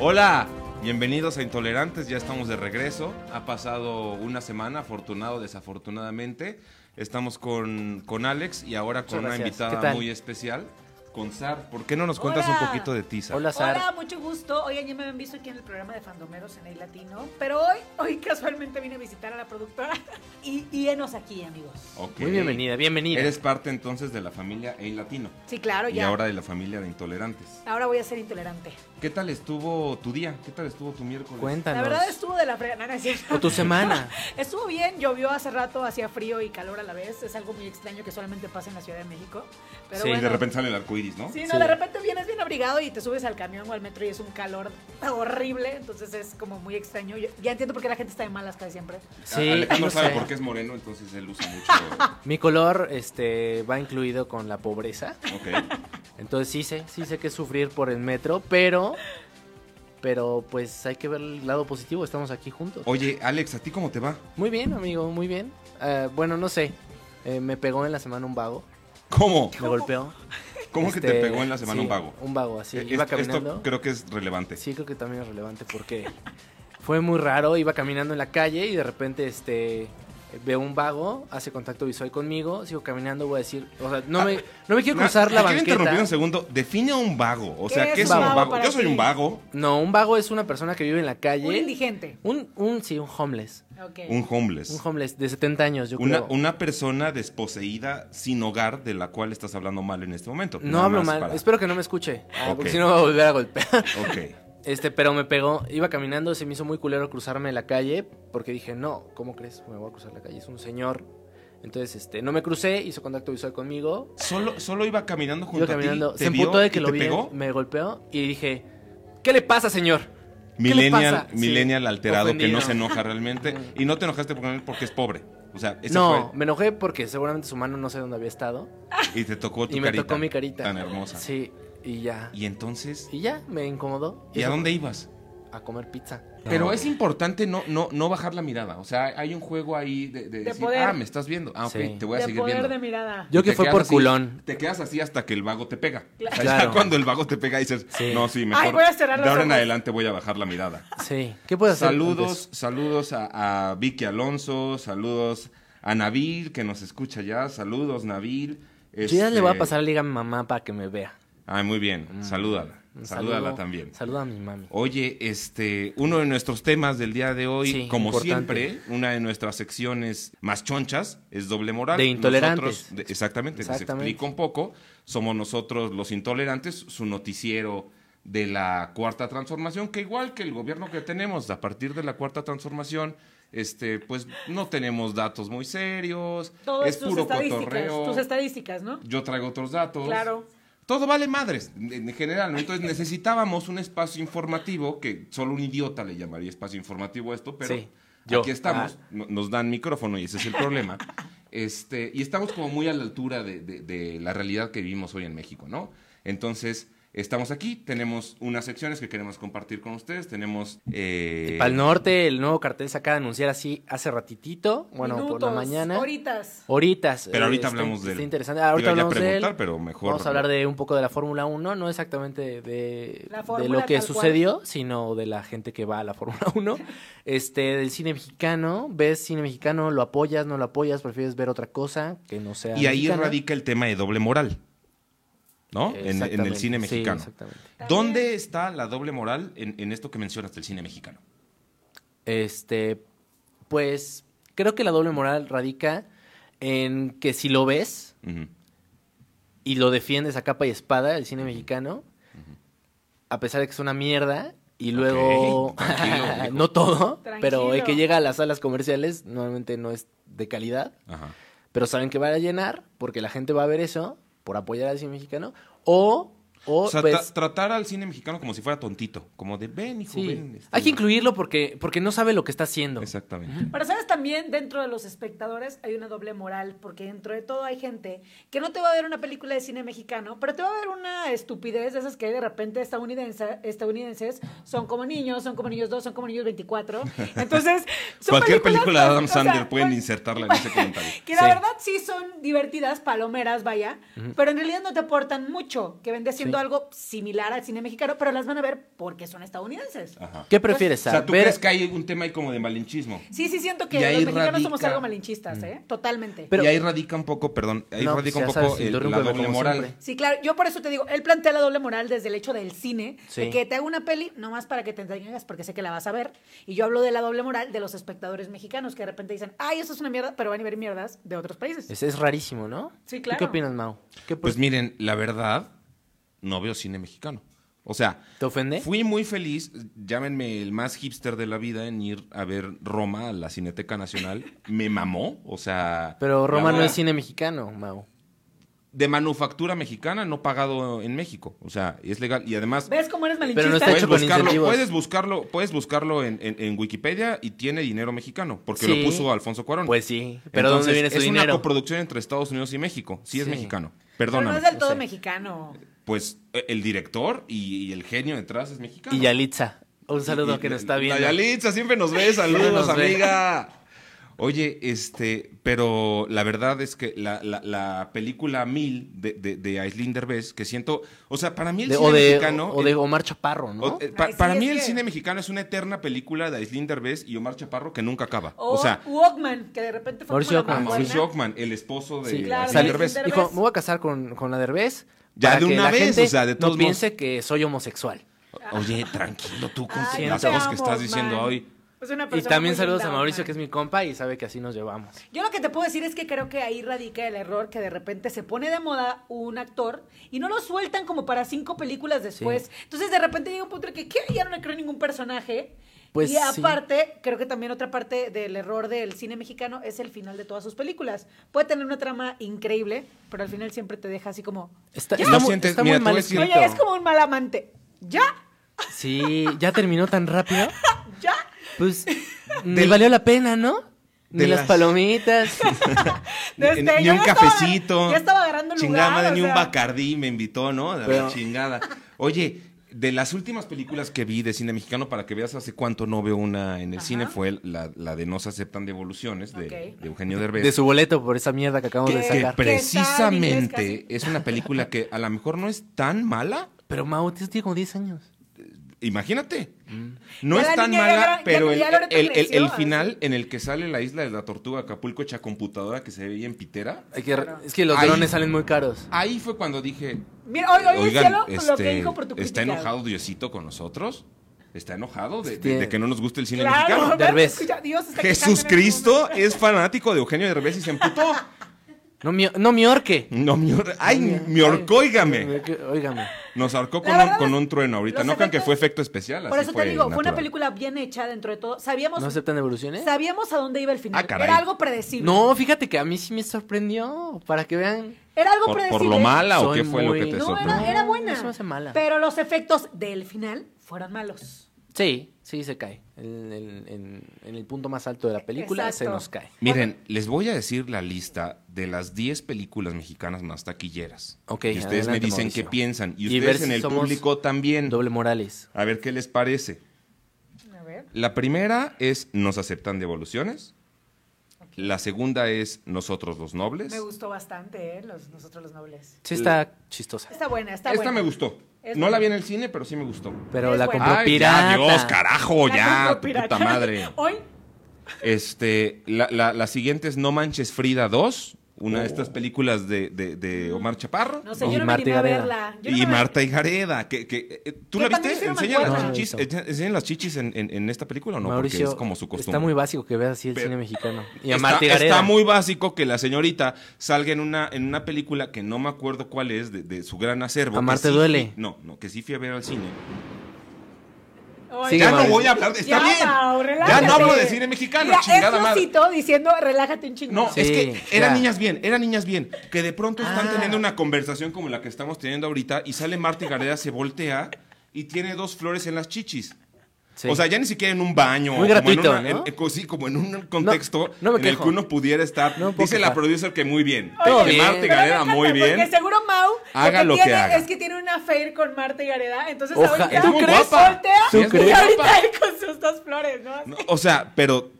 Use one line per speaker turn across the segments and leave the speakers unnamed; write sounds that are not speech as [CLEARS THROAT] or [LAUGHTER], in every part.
Hola, bienvenidos a Intolerantes, ya estamos de regreso. Ha pasado una semana, afortunado o desafortunadamente. Estamos con, con Alex y ahora con
Muchas
una
gracias. ¿Qué
invitada
tal?
muy especial, con Sar. ¿Por qué no nos cuentas
Hola.
un poquito de ti, Sar?
Hola, Sar.
Hola, mucho gusto. Oigan, ya me habían visto aquí en el programa de Fandomeros en El Latino, pero hoy, hoy casualmente vine a visitar a la productora [LAUGHS] y, y enos aquí, amigos.
Ok.
Muy bienvenida, bienvenida.
Eres parte entonces de la familia El Latino
Sí, claro,
y
ya.
ahora de la familia de Intolerantes.
Ahora voy a ser intolerante.
¿Qué tal estuvo tu día? ¿Qué tal estuvo tu miércoles?
Cuéntanos.
La verdad estuvo de la fregada. no, no es cierto. [LAUGHS]
O tu semana.
Estuvo bien, llovió hace rato, hacía frío y calor a la vez. Es algo muy extraño que solamente pasa en la Ciudad de México. Pero
Sí,
Y
bueno,
de repente sale el arco iris, ¿no?
Sí, no,
Sí.
de repente vienes bien abrigado y te subes al camión o al metro y es un calor horrible. Entonces es como muy extraño. Yo- ya entiendo por qué la gente está de malas casi siempre.
Sí,
Alex no
lo
sabe
sé.
por qué es moreno, entonces él usa mucho. [LAUGHS]
Mi color este, va incluido con la pobreza.
Ok.
Entonces sí sé, sí sé que es sufrir por el metro, pero... Pero pues hay que ver el lado positivo, estamos aquí juntos.
Oye, Alex, ¿a ti cómo te va?
Muy bien, amigo, muy bien. Eh, bueno, no sé. eh, me pegó en la semana un vago.
¿Cómo?
Me golpeó.
¿Cómo que te
Este,
pegó en la semana
sí,
un vago?
Un vago, así.
Eh,
iba
esto, esto
caminando.
creo que es relevante.
Sí, creo que también es relevante porque fue muy raro. Iba caminando en la calle y de repente este veo un vago, hace contacto visual conmigo, sigo caminando, voy a decir, o sea, no me, no me quiero cruzar la
Ah, Me quiero interrumpir
banqueta.
un segundo. Define a un vago. O
¿Qué
sea, ¿qué es
es
un
vago
vago?
para
Yo soy
ti?
un vago,
No, un vago es una persona que vive en la
Un
calle.
indigente.
Un, un sí, un homeless.
Ok.
un homeless.
Un homeless de 70 años, yo
Una,
creo.
una persona desposeída sin hogar de la cual estás hablando mal en este momento.
No
Nada
hablo
más
mal,
para-
espero que no me escuche, ah, porque
Ok.
si no me va a volver a golpear.
Ok.
Este, pero me pegó, iba caminando, se me hizo muy culero cruzarme la calle, porque dije, no, ¿cómo crees? Me voy a cruzar la calle, es un señor. Entonces, este, no me crucé, hizo contacto visual conmigo,
Solo, solo iba caminando junto
iba
a
caminando,
ti.
se
te vio
emputó de
y
que lo
te
vi, eh?
pegó.
me golpeó y dije, ¿qué le pasa, señor? ¿Qué le
Millennial,
pasa? Sí,
millennial alterado que no
ofendido.
se
[LAUGHS]
enoja realmente. y no te enojaste con él porque es pobre. O sea, ese
No,
fue.
me enojé porque seguramente su mano no sé dónde había estado
Y te tocó tu
y me
carita
tocó mi carita.
Tan hermosa.
Sí, y ya.
Y entonces,
Y ya, me incomodó.
¿y a
Eso-
dónde ibas?
A comer pizza.
Pero es importante no, no, no bajar la mirada. O sea, hay un juego ahí de, de decir,
poder.
ah, me estás viendo. Ah, ok,
Sí.
te voy a
de
seguir
poder
viendo.
de mirada.
Yo
Y
que
te
fue
quedas
por
así,
culón.
Te quedas así hasta que el vago te pega. O sea, ya
Claro.
cuando el vago te pega dices,
Sí.
no, sí, mejor.
voy a cerrar
de
los
ahora en
ojos.
adelante voy a bajar la mirada.
Sí, ¿qué puedes hacer?
Saludos, saludos a, a Vicky Alonso, saludos a Nabil que nos escucha ya, saludos Nabil.
antes? Yo ya le voy a
Este,
pasar liga a mi mamá para que me vea.
Ay, muy bien, salúdala,
Un
salúdala
saludo-
también.
Saluda a mi mami.
Oye, este, uno de nuestros temas del día de hoy,
Sí,
como
importante.
siempre, una de nuestras secciones más chonchas es doble moral.
De intolerantes.
Nosotros, de- exactamente, les
Exactamente.
explico un poco. Somos nosotros los intolerantes, su noticiero de la cuarta transformación, que igual que el gobierno que tenemos a partir de la cuarta transformación, este, pues no tenemos datos muy serios,
Todas
es
tus
puro
estadísticas.
cotorreo.
Tus estadísticas, ¿no?
Yo traigo otros datos.
Claro.
Todo vale madres, en en general, ¿no? Entonces necesitábamos un espacio informativo, que solo un idiota le llamaría espacio informativo a esto, pero
Sí, yo.
aquí estamos, no- nos dan micrófono y ese es el problema. Este, y estamos como muy a la altura de, de- de la realidad que vivimos hoy en México, ¿no? Entonces, estamos aquí, tenemos unas secciones que queremos compartir con ustedes, tenemos... eh,
Para el norte, el nuevo cartel se acaba de anunciar así hace ratitito, bueno, por la
Minutos,
mañana.
Horitas.
Horitas.
Pero
eh,
ahorita
está-
hablamos de él.
Está interesante.
Iba
Ah, Ahorita
ya a
hablamos de él.
preguntar, pero mejor
Vamos a
no.
hablar de un poco de la Fórmula 1, no exactamente de,
La
de
fórmula
lo que
tal cual.
sucedió, sino de la gente que va a la Fórmula [LAUGHS] 1. Este, del cine mexicano, ves cine mexicano, lo apoyas, no lo apoyas, prefieres ver otra cosa que no sea
y ahí
mexicana.
radica el tema de doble moral, ¿no? En, en el
Exactamente,
cine
sí,
mexicano.
exactamente.
¿Dónde está la doble moral en, en esto que mencionas del cine mexicano?
Este, pues creo que la doble moral radica en que si lo ves,
Ujú.
y lo defiendes a capa y espada el cine mexicano, a pesar de que es una mierda, y luego [LAUGHS]
Ok, tranquilo, hijo.
no todo, pero el
Tranquilo.
que llega a las salas comerciales normalmente no es de calidad,
Ajá.
pero saben que van a llenar porque la gente va a ver eso por apoyar al cine mexicano, o, o, pues
O sea,
ves-
tra- tratar al cine mexicano como si fuera tontito, como de ven, hijo,
sí,
ven. este,
hay que incluirlo porque, porque no sabe lo que está haciendo.
Exactamente.
Pero sabes también, dentro de los espectadores hay una doble moral, porque dentro de todo hay gente que no te va a ver una película de cine mexicano, pero te va a ver una estupidez de esas que de repente estadounidense, estadounidenses son como niños, son como niños 2, son como
[LAUGHS]
niños 24. Entonces, son
Cualquier
películas,
película de Adam
o sea,
Sandler pueden
pues,
cual-
insertarla en ese
[LAUGHS]
comentario.
Que la
Sí.
verdad sí son divertidas, palomeras, vaya, pero en realidad no te aportan mucho, que vendría siendo haciendo algo similar al cine mexicano, pero las van a ver porque son estadounidenses.
Ajá.
¿Qué prefieres,
O
Sara?
sea, ¿tú
Ver-
crees que hay un tema ahí como de malinchismo?
Sí, sí, siento que
Y
los
ahí
mexicanos somos
radica-
algo malinchistas, ¿eh? Totalmente.
Pero-
y ahí radica un poco, perdón, ahí
No, pues
radica
ya
un
sabes,
poco el- la
interrúmpeme
doble
como
moral.
siempre.
Sí, claro, yo por eso te digo, él plantea la doble moral desde el hecho del cine, de
Sí.
que te haga una peli nomás para que te entretengas porque sé que la vas a ver, y yo hablo de la doble moral de los espectadores mexicanos que de repente dicen, ay, eso es una mierda, pero van a ver mierdas de otros países.
Es, es rarísimo, ¿no?
Sí,
¿Tú
claro.
qué opinas, Mau? ¿Qué
Pues
pues,
miren, la verdad, no veo cine mexicano. O sea,
¿Te ofende?
fui muy feliz, llámenme el más hipster de la vida, en ir a ver Roma a la Cineteca Nacional. Me mamó, o sea...
Pero Roma
la
no
verdad,
es cine mexicano, Mau.
De manufactura mexicana, no pagado en México. O sea, es legal. Y además,
¿Ves cómo eres malinchista?
Pero no está
puedes
hecho con
buscarlo,
incentivos.
puedes buscarlo, puedes buscarlo en, en- en Wikipedia y tiene dinero mexicano, porque
Sí.
lo puso Alfonso Cuarón.
Pues sí, pero
Entonces,
¿dónde viene su
es una
dinero?
coproducción entre Estados Unidos y México. Sí, es
Sí.
mexicano.
Pero no
Perdóname.
es del
no
todo
sé.
mexicano.
Pues eh, el director y, y el genio detrás es mexicano.
Y Yalitza, un saludo
Y- y-
que nos está
la
viendo.
Yalitza siempre nos ve,
[LAUGHS] Siempre
saludos,
nos ve.
amiga. Oye, este, pero la verdad es que la, la- la película Mil de, de, de Aislinn Derbez, que siento, o sea, para mí el
De-
cine
o, de,
mexicano...
o de Omar Chaparro, ¿no?
o- eh, pa-
Ay, sí,
para
es
mí el
que-
cine mexicano es una eterna película de Aislinn Derbez y Omar Chaparro que nunca acaba.
O,
O, sea,
Walkman, que de repente fue
Mauricio
como la
Ockman.
más
Mauricio
Oh, buena.
Ockman, el esposo de
Sí,
claro,
Aislinn
Aislinn
Derbez.
Derbez.
Dijo, me voy a casar con, con la Derbez.
Ya
para
de
que
una
la
vez,
gente
o sea, de todos
No
modos.
piense que soy homosexual.
Oye, tranquilo tú con
Ay,
las
Ah, te
cosas que
amo,
estás diciendo
man.
hoy.
Es una
Y
persona
también
muy
saludos a
linda,
Mauricio,
Ockman.
que es mi compa y sabe que así nos llevamos.
Yo lo que te puedo decir es que creo que ahí radica el error que de repente se pone de moda un actor y no lo sueltan como para cinco películas después.
Sí.
Entonces de repente llega un punto en el que ¿qué? ya no le creo ningún personaje.
Pues
y
sí.
aparte, creo que también otra parte del error del cine mexicano es el final de todas sus películas. Puede tener una trama increíble, pero al final siempre te deja así como,
Está,
¿No
está mu-
sientes-
está
mira,
muy
te
mal
voy a decir-
escrito.
oye, es como un mal amante. ¿Ya?
[LAUGHS] Sí, ya terminó tan rápido.
¿Ya?
Pues [LAUGHS] ni
Del-
valió la pena, ¿no? Ni
de
las
las-
[LAUGHS] palomitas.
Ni,
Este,
ni
yo
un
ya estaba-
cafecito.
ya estaba agarrando lugar,
Chingada madre,
o
ni un
sea.
bacardí me invitó, ¿no? A
Pero-
la chingada. Oye, de las últimas películas que vi de cine mexicano, para que veas hace cuánto no veo una en el
Ajá.
cine, fue la, la de No se aceptan devoluciones de,
Ok.
de Eugenio Derbez.
De su boleto por esa mierda que acabamos
¿Qué?
de
que
sacar.
pre- está en inglés
precisamente es una película que a lo mejor no es tan mala.
Pero Mau, tío, tiene como 10 años.
Imagínate. No
Mm. Ya
es
la
tan
niña ya
mala,
gra- ya-
pero
ya
el,
Loreto
el- el- el
creció, así.
final en el que sale la isla de la tortuga Acapulco hecha computadora que se veía en pitera.
Hay que- Es que los
Ahí-
drones salen muy caros.
Ahí fue cuando dije,
Mira, oye, oye,
Oigan,
cielo, lo que
este,
dijo por tu
¿está
crítica.
enojado Diosito con nosotros? ¿Está enojado de, de-
Tiene-
de que no nos guste el cine
Este, Claro,
mexicano?
¿ves?
Derbez.
Escucha, Dios está quejando
Jesús
en este
Cristo
momento.
es fanático de Eugenio Derbez y se emputó.
No mi, no mi orque.
No, mi or- ay, mi orcó, óigame.
Óigame.
Nos ahorcó
La
con, un,
verdad
con
es-
un trueno ahorita.
los
No crean que
efectos-
fue efecto especial.
Por
así
eso te digo, fue una
natural.
película bien hecha dentro de todo. Sabíamos,
¿No aceptan evoluciones?
sabíamos a dónde iba el final.
Ah, caray.
Era algo predecible.
No, fíjate que a mí sí me sorprendió. Para que vean.
Era algo
Por, por
predecible.
lo mala o
Soy
qué fue lo
muy-
que te
No,
sorprendió.
era, era buena.
No, eso no hace mala.
Pero los efectos del final fueron malos.
Sí, sí se cae. En, en- en- en el punto más alto de la película se
Exacto.
nos cae.
Miren, les voy a decir la lista de las 10 películas mexicanas más taquilleras.
Ok,
Y ustedes me
adelante,
dicen
Mauricio.
qué piensan. Y
Y ver
ustedes
si
en el
somos
público también.
Doble Morales.
A ver qué les parece.
A ver.
La primera es Nos aceptan devoluciones. La segunda es Nosotros los nobles.
Me gustó bastante, ¿eh? Los, nosotros los nobles.
Sí está chistosa.
Está buena, está
Esta
buena.
me gustó.
Es
no
buena.
la vi en el cine, pero sí me gustó.
Pero
Es
la
buena.
compró
Ay, Ya,
pirata.
Dios, carajo,
La
ya,
compró
tu
pirata.
puta madre.
[LAUGHS] Hoy,
Este, la, la- la siguiente es No Manches Frida 2, una de estas películas de, de- de Omar Chaparro.
Mm. no sé,
Y
yo no me
Marta
animé a
Gareda.
verla. Yo no
Y
me-
Marta y Gareda, que, que- eh, ¿tú
Que
la
también
viste?
hicieron
¿Enseñan las,
encuestas.
chichis,
No, no, no.
eh, enseñan las chichis en, en- en esta película o no?
Mauricio,
Porque es como su costumbre.
está muy básico que veas así el
Pero-
cine mexicano. Y a
está,
Marta Gareda.
está muy básico que la señorita salga en una, en una película que no me acuerdo cuál es, de, de su gran acervo.
Amar
que
te
sí
duele.
fui- no, no, que sí fui a ver al cine.
Hoy.
Sigue,
ya no
Mauricio.
voy a hablar de... Está
Ya,
bien.
Mau,
ya
relájate.
no hablo de cine mexicano,
Mira,
chingada
es
madre.
Rosito diciendo, relájate un chingo.
No,
Sí,
es que eran
ya.
niñas bien, eran niñas bien, que de pronto están
Ah.
teniendo una conversación como la que estamos teniendo ahorita y sale Marta y Gareda, se voltea y tiene dos flores en las chichis.
Sí.
O sea, ya ni siquiera en un baño.
Muy
como en
gratuito,
una-
¿no?
en- en- sí, como en un contexto
no me
en el
quejo.
que uno pudiera estar.
No me puedo
Dice la
quejar.
producer que muy bien.
Todo
que
bien.
Marta y
Pero me
Gareda
encanta,
muy
Porque
bien.
seguro Mau
Haga
lo
lo
que
que
tiene
haga.
es que tiene una affair con Marta y Gareda. Entonces
Oja-
ahorita
¿Tú
crees?
voltea
¿Tú
y
crees?
ahorita él con sus dos flores, ¿no?
No, o sea, pero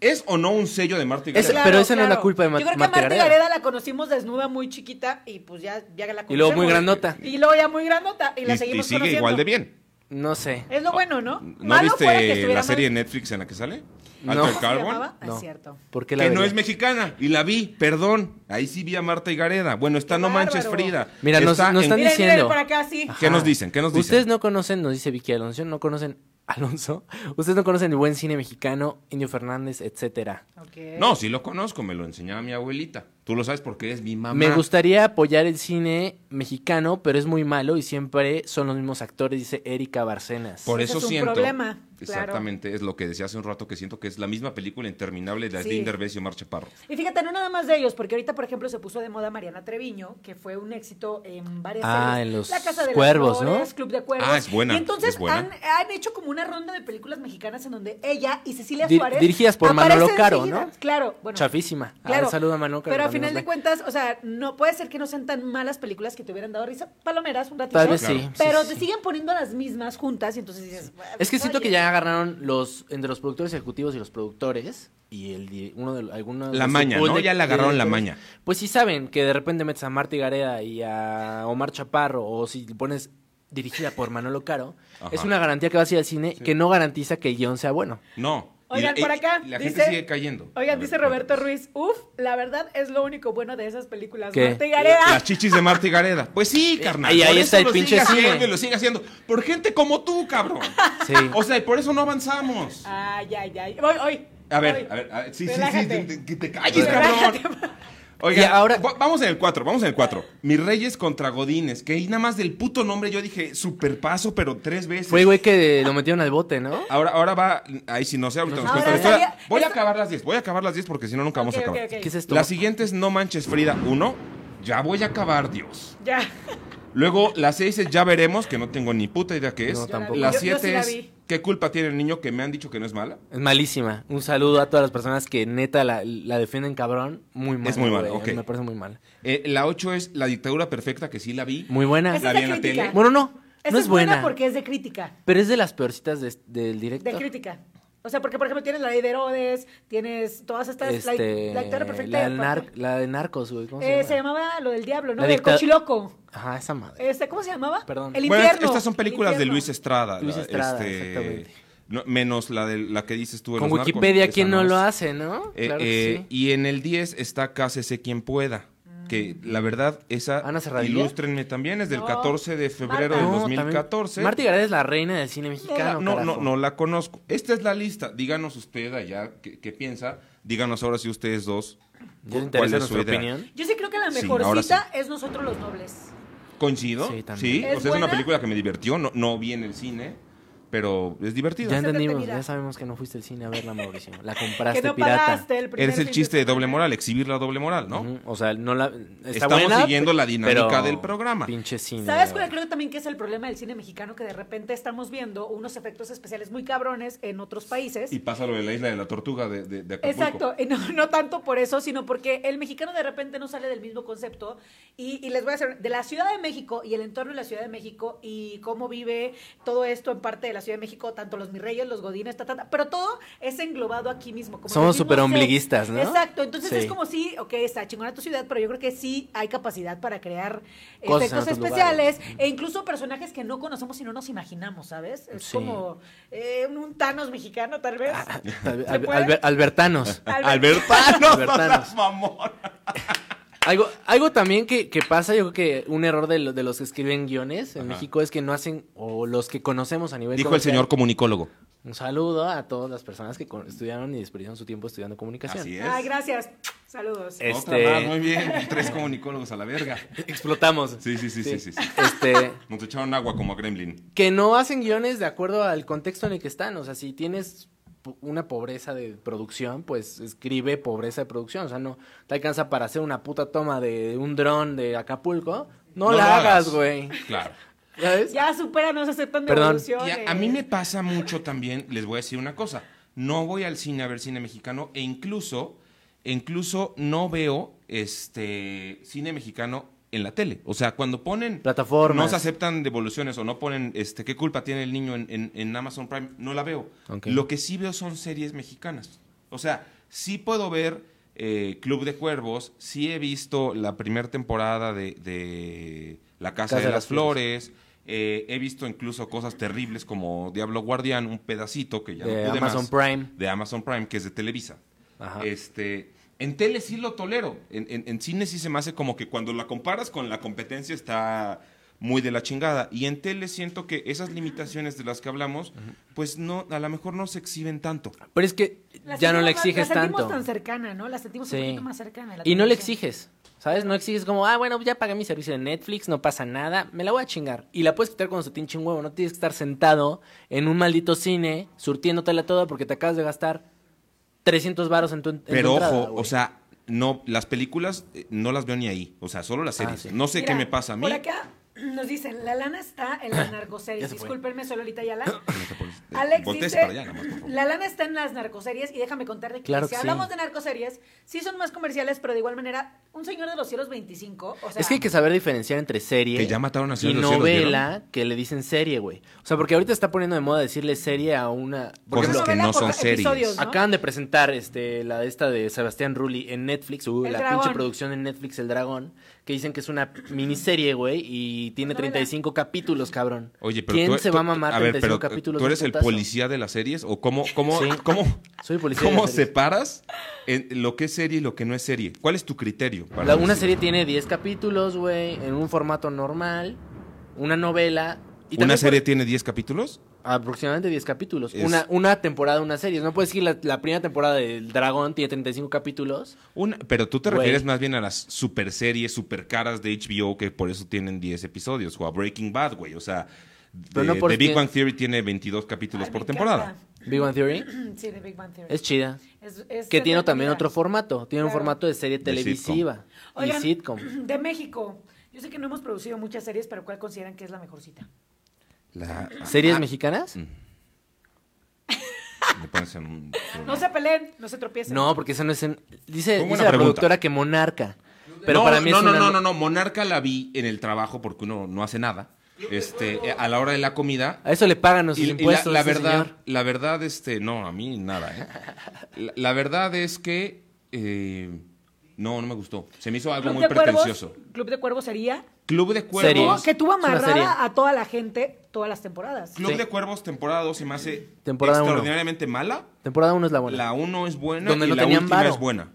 ¿Es o no un sello de Marta y
Es-
Gareda?
pero esa no es la culpa de Ma-
Yo creo que
Marta
Marta
Gareda.
Gareda la conocimos desnuda muy chiquita y pues ya, ya la conocemos.
Y luego muy grandota.
Y luego ya muy grandota y la
Y- y,
seguimos
sigue
conociendo.
igual de bien.
No sé.
Es lo bueno, ¿no?
¿No
Malo fuera que
viste
estuviera
la
mal-
serie de Netflix en la que sale?
No.
Altered
¿Cómo
¿Cómo se
Carbon.
llamaba? Ah,
No.
Es cierto.
¿Por
Que
qué la
no
vería?
es mexicana. Y la vi, perdón. Ahí sí vi a Marta y Gareda. Bueno, está
Qué
No Manches
bárbaro.
Frida.
Mira, nos-
Está
nos
en-
están
Miren, miren,
diciendo?
por acá sí.
¿Qué
Ajá.
nos dicen? ¿Qué nos dicen?
Ustedes no conocen, nos dice Vicky Alonso, no conocen [LAUGHS] Alonso. Ustedes no conocen el buen cine mexicano, Indio Fernández, etcétera.
Ok.
No, sí lo conozco. Me lo enseñaba mi abuelita. Tú lo sabes porque es mi mamá.
Me gustaría apoyar el cine mexicano, pero es muy malo y siempre son los mismos actores, dice Erika Barcenas.
Por
Ese
eso
es un
siento.
problema, claro.
Exactamente, es lo que decía hace un rato que siento que es la misma película interminable de
Sí.
Adín Derbez y Omar Chaparro.
Y fíjate, no nada más de ellos, porque ahorita, por ejemplo, se puso de moda Mariana Treviño, que fue un éxito en varias
Ah,
series.
en los
La Casa de
Cuervos,
las Flores, Club de Cuervos.
Ah, es buena,
Y entonces
es buena.
Han, han hecho como una ronda de películas mexicanas en donde ella y Cecilia
Dir-
Suárez.
dirigidas por
aparecen
Manolo Caro,
seguidas.
¿no?
Claro, bueno.
Chafísima. Ah,
Claro.
saluda a Manolo Caro,
Pero a
también
final
nos
de
ve.
cuentas, o sea, no puede ser que no sean tan malas películas que te hubieran dado risa. Palomeras, un ratito.
Tal vez
Claro.
sí. sí,
Pero
sí,
te
sí.
siguen poniendo las mismas juntas y entonces dices.
Es que siento
oye.
que ya agarraron los entre los productores ejecutivos y los productores y el di- uno de algunos
La maña, ¿no? Ya le agarraron la maña.
Pues sí saben que de repente metes a Marta Gareda y a Omar Chaparro o si le pones dirigida por Manolo Caro,
Ajá.
es una garantía que vas a ir al cine que no garantiza que el guión sea bueno.
No. y
Oigan,
la-
por
y-
acá.
y La
dice,
gente sigue cayendo. A
Oigan,
ver,
dice Roberto Ruiz, uff, la verdad es lo único bueno de esas películas.
¿Qué?
Marta y Gareda.
Las chichis de Marta y Gareda. Pues sí, carnal.
Eh, ahí
por eso
está el
lo
pinche
sigue
cine.
haciendo y lo sigue haciendo. Por gente como tú, cabrón.
Sí.
O sea, y por eso no avanzamos.
Ay, ay, ay. Voy, voy.
A ver,
voy.
a ver, a ver, sí, sí, sí,
Relájate.
te- te- que te calles,
[LAUGHS] Relájate.
cabrón. Oiga,
Y ahora-
ahora... vamos en el 4, vamos en el 4. Mis Reyes contra Godines, que ahí nada más del puto nombre yo dije superpaso, pero tres veces.
[LAUGHS] Fue el güey que lo metieron al bote, ¿no?
Ahora, ahora va, ahí si no sé, ahorita nos
Ahora
cuentan la historia.
sería-
Voy a
esto-
acabar las 10, voy a acabar las 10 porque si no nunca vamos
Ok,
a acabar.
ok, ok.
¿Qué es esto?
La siguiente es No Manches Frida 1, ya voy a acabar, Dios.
Ya.
Luego la 6 es Ya Veremos, que no tengo ni puta idea qué es.
No, tampoco.
La
Yo- yo sí
7
la
es
vi.
¿Qué culpa tiene el niño que me han dicho que no es mala?
Es malísima. Un saludo a todas las personas que neta la, la defienden cabrón. Muy mal.
Es muy mala,
güey. A mí
ok.
Me parece muy mal.
Eh, la 8 es La Dictadura Perfecta, que sí la vi.
Muy buena.
La
Esa es de
vi en la
crítica.
tele.
Bueno, no.
Esa
no es buena.
porque es de crítica.
Pero es de las peorcitas de- del director.
De crítica. O sea, porque, por ejemplo, tienes la ley de Herodes, tienes todas estas. la-
Este,
la, dictadura perfecta.
la,
de-
nar- la de narcos, güey. ¿Cómo
Eh,
se llama?
llamaba lo del diablo, ¿no?
La
Del
dicta-
cochiloco.
Ajá, esa madre.
Este, ¿Cómo se llamaba?
Perdón.
El
Bueno,
infierno.
estas son películas de
Infierno.
Luis Estrada.
Luis
la-
Estrada,
este,
exactamente.
no, menos la, de, la que dices tú. de
Con
los narcos,
Wikipedia,
esa
¿quién no
es.
lo hace, no?
Eh,
claro
eh,
que sí.
Y en el 10 está Cásese quien pueda. Que la verdad, esa.
¿Ana Serradilla?
Ilústrenme también, es del
Mm. No.
14 de febrero
Marta.
del
No,
también-
2014.
Marta Gareda es la reina del cine
No la-
mexicano.
no, no,
carajo.
no la conozco. Esta es la lista. Díganos usted allá qué, qué piensa. Díganos ahora si ustedes dos.
¿Ya te
¿Cuál
interesa
es su
nuestra
idea?
opinión?
Yo sí creo que la
Sí,
mejor
ahora
cita es Nosotros los Nobles.
¿Coincido?
Sí,
Sí,
también.
o
¿Es
sea, es
buena?
una película que me divertió. No, no vi en el cine, pero es divertida.
Ya entendimos,
entretenida.
ya sabemos que no fuiste al cine a verla, Mauricio.
[LAUGHS]
La compraste
que no
pirata.
pagaste el primer
Eres el
fin
chiste de
semana.
doble moral, exhibir la doble moral, ¿no?
Ujú, O sea, no la. está
Estamos
buena,
siguiendo la dinámica
pero
del programa.
Pinche cine.
¿Sabes
de
cuál
verdad.
creo también que es el problema del cine mexicano? Que de repente estamos viendo unos efectos especiales muy cabrones en otros países.
Y pasa lo de la isla de la tortuga de, de, de Acapulco.
Exacto, y no, no tanto por eso, sino porque el mexicano de repente no sale del mismo concepto. Y, y les voy a hacer, de la Ciudad de México y el entorno de la Ciudad de México y cómo vive todo esto en parte de la Ciudad de México, tanto los mis reyes, los godines, ta, ta, ta, pero todo es englobado aquí mismo. Como
Somos
los mismos
superombliguistas,
sets.
¿no?
Exacto, entonces
Sí.
es como si, ok, está chingona tu ciudad, pero yo creo que sí hay capacidad para crear
Cosas en
efectos
otros
especiales e incluso personajes que no conocemos y no nos imaginamos, ¿sabes? Es
Sí. Ah,
como eh, un Thanos mexicano, tal vez.
Al-
¿Se puede?
Alber- Albertanos.
Albertanos,
Albertanos.
no seas mamón.
Algo, algo también que, que pasa, yo creo que un error de, lo- de los que escriben guiones en
Ajá.
México es que no hacen, o los que conocemos a nivel
Dijo el
comercial.
señor comunicólogo.
Un saludo a todas las personas que con- estudiaron y desperdiciaron su tiempo estudiando comunicación.
Así es.
Ay, gracias. Saludos.
Eh.
Otra
Este-
más, muy bien. Tres comunicólogos a la verga.
Explotamos.
[LAUGHS] Sí, sí, sí, sí, sí. sí.
Este,
Nos echaron agua como a Gremlin.
que no hacen guiones de acuerdo al contexto en el que están. O sea, si tienes po- una pobreza de producción, pues escribe pobreza de producción. O sea, no te alcanza para hacer una puta toma de un dron de Acapulco. No,
No
la
lo
hagas,
hagas.
güey.
Claro.
¿Sabes?
Ya superanos, aceptan eh.
Perdón.
Y
devoluciones.
a, a mí me pasa mucho también, les voy a decir una cosa, no voy al cine a ver cine mexicano e incluso, e incluso no veo este cine mexicano en la tele. O sea, cuando ponen...
Plataformas.
No se aceptan devoluciones o no ponen este qué culpa tiene el niño en, en- en Amazon Prime, no la veo.
Ok.
Lo que sí veo son series mexicanas. O sea, sí puedo ver eh, Club de Cuervos, sí he visto la primera temporada de, de La Casa, de, las Flores. eh, he visto incluso cosas terribles como Diablo Guardián, un pedacito que ya
De
no pude
Amazon
más,
Prime.
de Amazon Prime, que es de Televisa.
Ajá.
Este, en tele sí lo tolero. En, en- en cine sí se me hace como que cuando la comparas con la competencia está muy de la chingada. Y en tele siento que esas limitaciones de las que hablamos, pues no, a lo mejor no se exhiben tanto.
Pero es que
La
ya no
sentimos
le
más-
exiges
la
tanto.
sentimos tan cercana, ¿no? La sentimos
Sí.
un poquito más cercana. la
Y no le
televisión.
exiges, ¿sabes? No exiges como, ah, bueno, ya pagué mi servicio de Netflix, no pasa nada, me la voy a chingar. Y la puedes quitar cuando se te hinche un huevo, no tienes que estar sentado en un maldito cine surtiéndotela toda porque te acabas de gastar 300 varos en tu en tu
Pero
entrada,
ojo,
güey.
o sea, no, las películas eh, no las veo ni ahí. O sea, solo las
Ah,
series.
sí.
No sé
Mira,
qué me pasa a mí.
Por acá nos dicen, la lana está
[COUGHS]
en las narcoseries.
se fue.
Discúlpenme, solo ahorita ya la...
pones- eh,
Alex
volteese
dice,
para allá, nada más, por favor.
la lana está en las narcoseries y déjame contarte que
Claro
si
que sí.
hablamos de narcoseries, sí son más comerciales, pero de igual manera, Un Señor de los Cielos 25, o sea...
es que hay que saber diferenciar entre serie
Que ya mataron a
y
Señor de los Cielos,
novela que le dicen serie, güey. O sea, porque ahorita está poniendo de moda decirle serie a una...
Porque
una
los que
novela
no
por
son series.
episodios, ¿no?
Acaban de presentar este, la de esta de Sebastián Rulli en Netflix, uh,
El
la
Dragón.
pinche producción en Netflix El Dragón, que dicen que es una miniserie, güey, y tiene
Novela.
35 capítulos, cabrón.
Oye, pero
¿Quién
tú- e-
se
tú-
va a mamar
a ver,
35
pero,
capítulos?
¿Tú
de
eres
un
el
putazo?
policía de las series? ¿O cómo, cómo,
Sí.
cómo,
Soy policía. de
¿Cómo
series.
separas en lo que es serie y lo que no es serie? ¿Cuál es tu criterio? para
La- una
decir?
serie tiene 10 capítulos, güey, en un formato normal, una novela... Y
¿Una
también
serie
por-
tiene 10 capítulos?
aproximadamente 10 capítulos.
Es-
Una, una temporada, una serie. No puedes decir la, la primera temporada del Dragón tiene 35 capítulos.
Una, pero tú te
Güey.
refieres más bien a las super series, super caras de HBO que por eso tienen 10 episodios, o a Breaking Bad, güey. O sea,
Pero
de,
no
de
porque-
Big Bang Theory tiene 22 capítulos
Ay,
por
me
temporada.
encanta. [COUGHS]
Big One Theory
Sí, de Big Bang Theory.
es chida.
Es- es
Que tiene también
entretenida.
otro formato, tiene un
Claro.
formato de serie televisiva
Oigan,
y sitcom.
[CLEARS THROAT] De México. Yo sé que no hemos producido muchas series, pero ¿cuál consideran que es la mejor cita?
La-
¿Series
Ah,
mexicanas?
me pones en un-
No se peleen, no se tropiecen.
No, porque esa no es en... Dice,
Fue buena
dice la
pregunta.
productora que Monarca. Pero
no,
para mí
no,
es
no,
una-
no, no, no, Monarca la vi en el trabajo porque uno no hace nada. Este, a la hora de la comida,
A eso le pagan los
Y- y la-
impuestos.
la,
ese
verdad,
señor.
la verdad, este, no, a mí nada, ¿eh? La, la verdad es que eh, no, no me gustó. Se me hizo algo muy
de Cuervos-
pretencioso.
Club de Cuervos sería
Club de
Series.
No,
Cuervos.
que tuvo
Es una serie.
amarrada a toda la gente todas las temporadas.
Club
Sí.
de Cuervos, temporada 2 se me hace
Temporada uno.
extraordinariamente mala.
Temporada 1 es la buena.
La 1 es buena
Donde
y
no
la
tenían
última
varo.
es buena.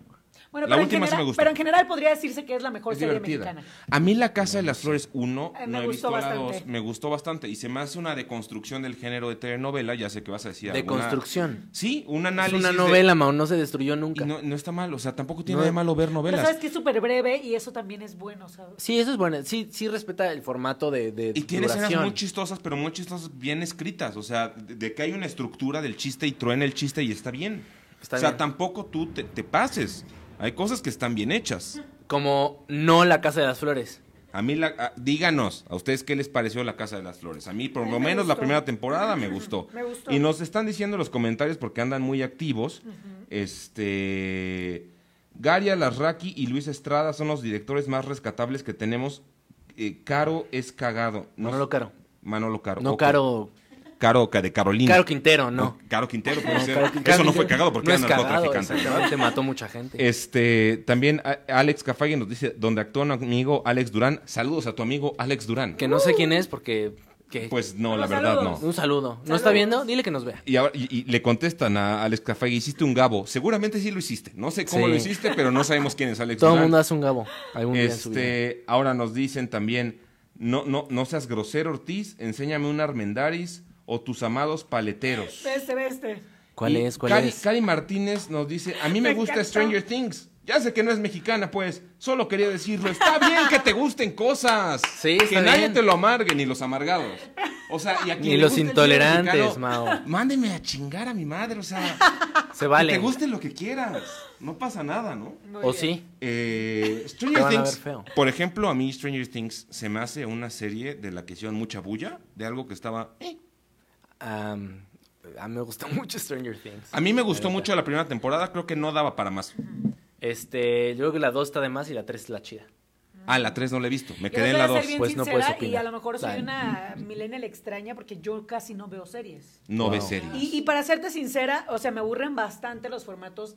Bueno,
La
pero, en
última sí
general,
me gustó.
pero en general podría decirse que es la mejor
es
serie
divertida.
mexicana.
A mí La Casa de las Flores 1,
Eh, me
no he
gustó
visto la
bastante.
2, me gustó bastante. Y se me hace una deconstrucción del género de telenovela, ya sé que vas a decir
de
alguna-
construcción.
Sí, un
Es
análisis
una
de-
novela, Mau, no se destruyó
Y
nunca.
no, no está mal, o sea, tampoco tiene
No.
nada de malo ver
Pero
novelas.
sabes que es súper breve y eso también es bueno, ¿sabes?
Sí, eso es bueno. Sí, sí respeta el formato de, de
Y tiene escenas
duración.
muy chistosas, pero muy chistosas bien escritas. O sea, de, de que hay una estructura del chiste y truena el chiste y está bien.
Está
o sea,
bien.
tampoco tú te, te pases. Hay cosas que están bien hechas.
Como no La Casa de las Flores.
A mí, la, a- díganos, ¿a ustedes qué les pareció La Casa de las Flores? A mí, por
A mí
lo
me
menos, la
gustó.
primera temporada me gustó.
[LAUGHS] Me gustó.
Y nos están diciendo en los comentarios porque andan muy activos. Este. Garia Larraqui y Luis Estrada son los directores más rescatables que tenemos. Eh, Caro es cagado. No-
Manolo Caro.
Manolo Caro.
No
ok.
Caro...
Caro Ca- de Carolina.
Caro
[LAUGHS]
Quintero, no.
Caro Quintero, puede ser.
Claro que- claro
Eso no
que-
fue cagado porque
no
era
es cagado,
narcotraficante.
Exactamente, mató mucha gente.
Este, también a- Alex Cafaguen nos dice, donde actúa un amigo Alex Durán, saludos a tu amigo Alex Durán.
que no sé quién es porque... que-
Pues no,
Bueno,
la verdad
saludos.
no.
Un saludo. ¿No
Saludos.
está viendo? Dile que nos vea.
Y, ahora- y- y le contestan a Alex Cafaguen, hiciste un Gabo. Seguramente sí lo hiciste. No sé cómo
Sí.
lo hiciste, pero no sabemos quién es Alex
Todo el
Durán.
mundo hace un gabo algún día en su vida.
Este, ahora nos dicen también, no, no, no seas grosero, Ortiz, enséñame un Armendaris o tus amados paleteros.
Este, de este.
¿Cuál
Y
es? ¿Cuál
Cari,
es?
Cari Martínez nos dice, a mí me,
Me
gusta
encanta.
Stranger Things. Ya sé que no es mexicana, pues. Solo quería decirlo. Está bien que te gusten cosas.
Sí,
que
está
nadie
bien.
te lo amargue, ni los amargados. O sea, y a quien
Ni
le
los
guste el cine
intolerantes,
mexicano,
Mao.
Mándeme a chingar a mi madre, o
[LAUGHS]
sea.
Se
Que
vale.
te guste lo que quieras. No pasa nada, ¿no?
Muy
¿O
bien.
sí? [LAUGHS]
Eh,
Te
Stranger
van a ver
Things,
feo.
por ejemplo, a mí Stranger Things se me hace una serie de la que hicieron mucha bulla, de algo que estaba... eh.
Am, a mí me gustó [LAUGHS] mucho Stranger Things.
A mí me gustó mucho la primera temporada, creo que no daba para más.
Este, yo creo que la 2 está de más y la 3 es la chida.
Ah, la 3 no la he visto. Me
Yo
quedé
les
en la
voy a ser
2.
bien
Pues no
sincera
puedes
Y a
opinar.
lo mejor soy
Dale. [LAUGHS]
una millennial extraña porque yo casi no veo series.
No ve
Wow.
series.
Y, y para serte sincera, o sea, me aburren bastante los formatos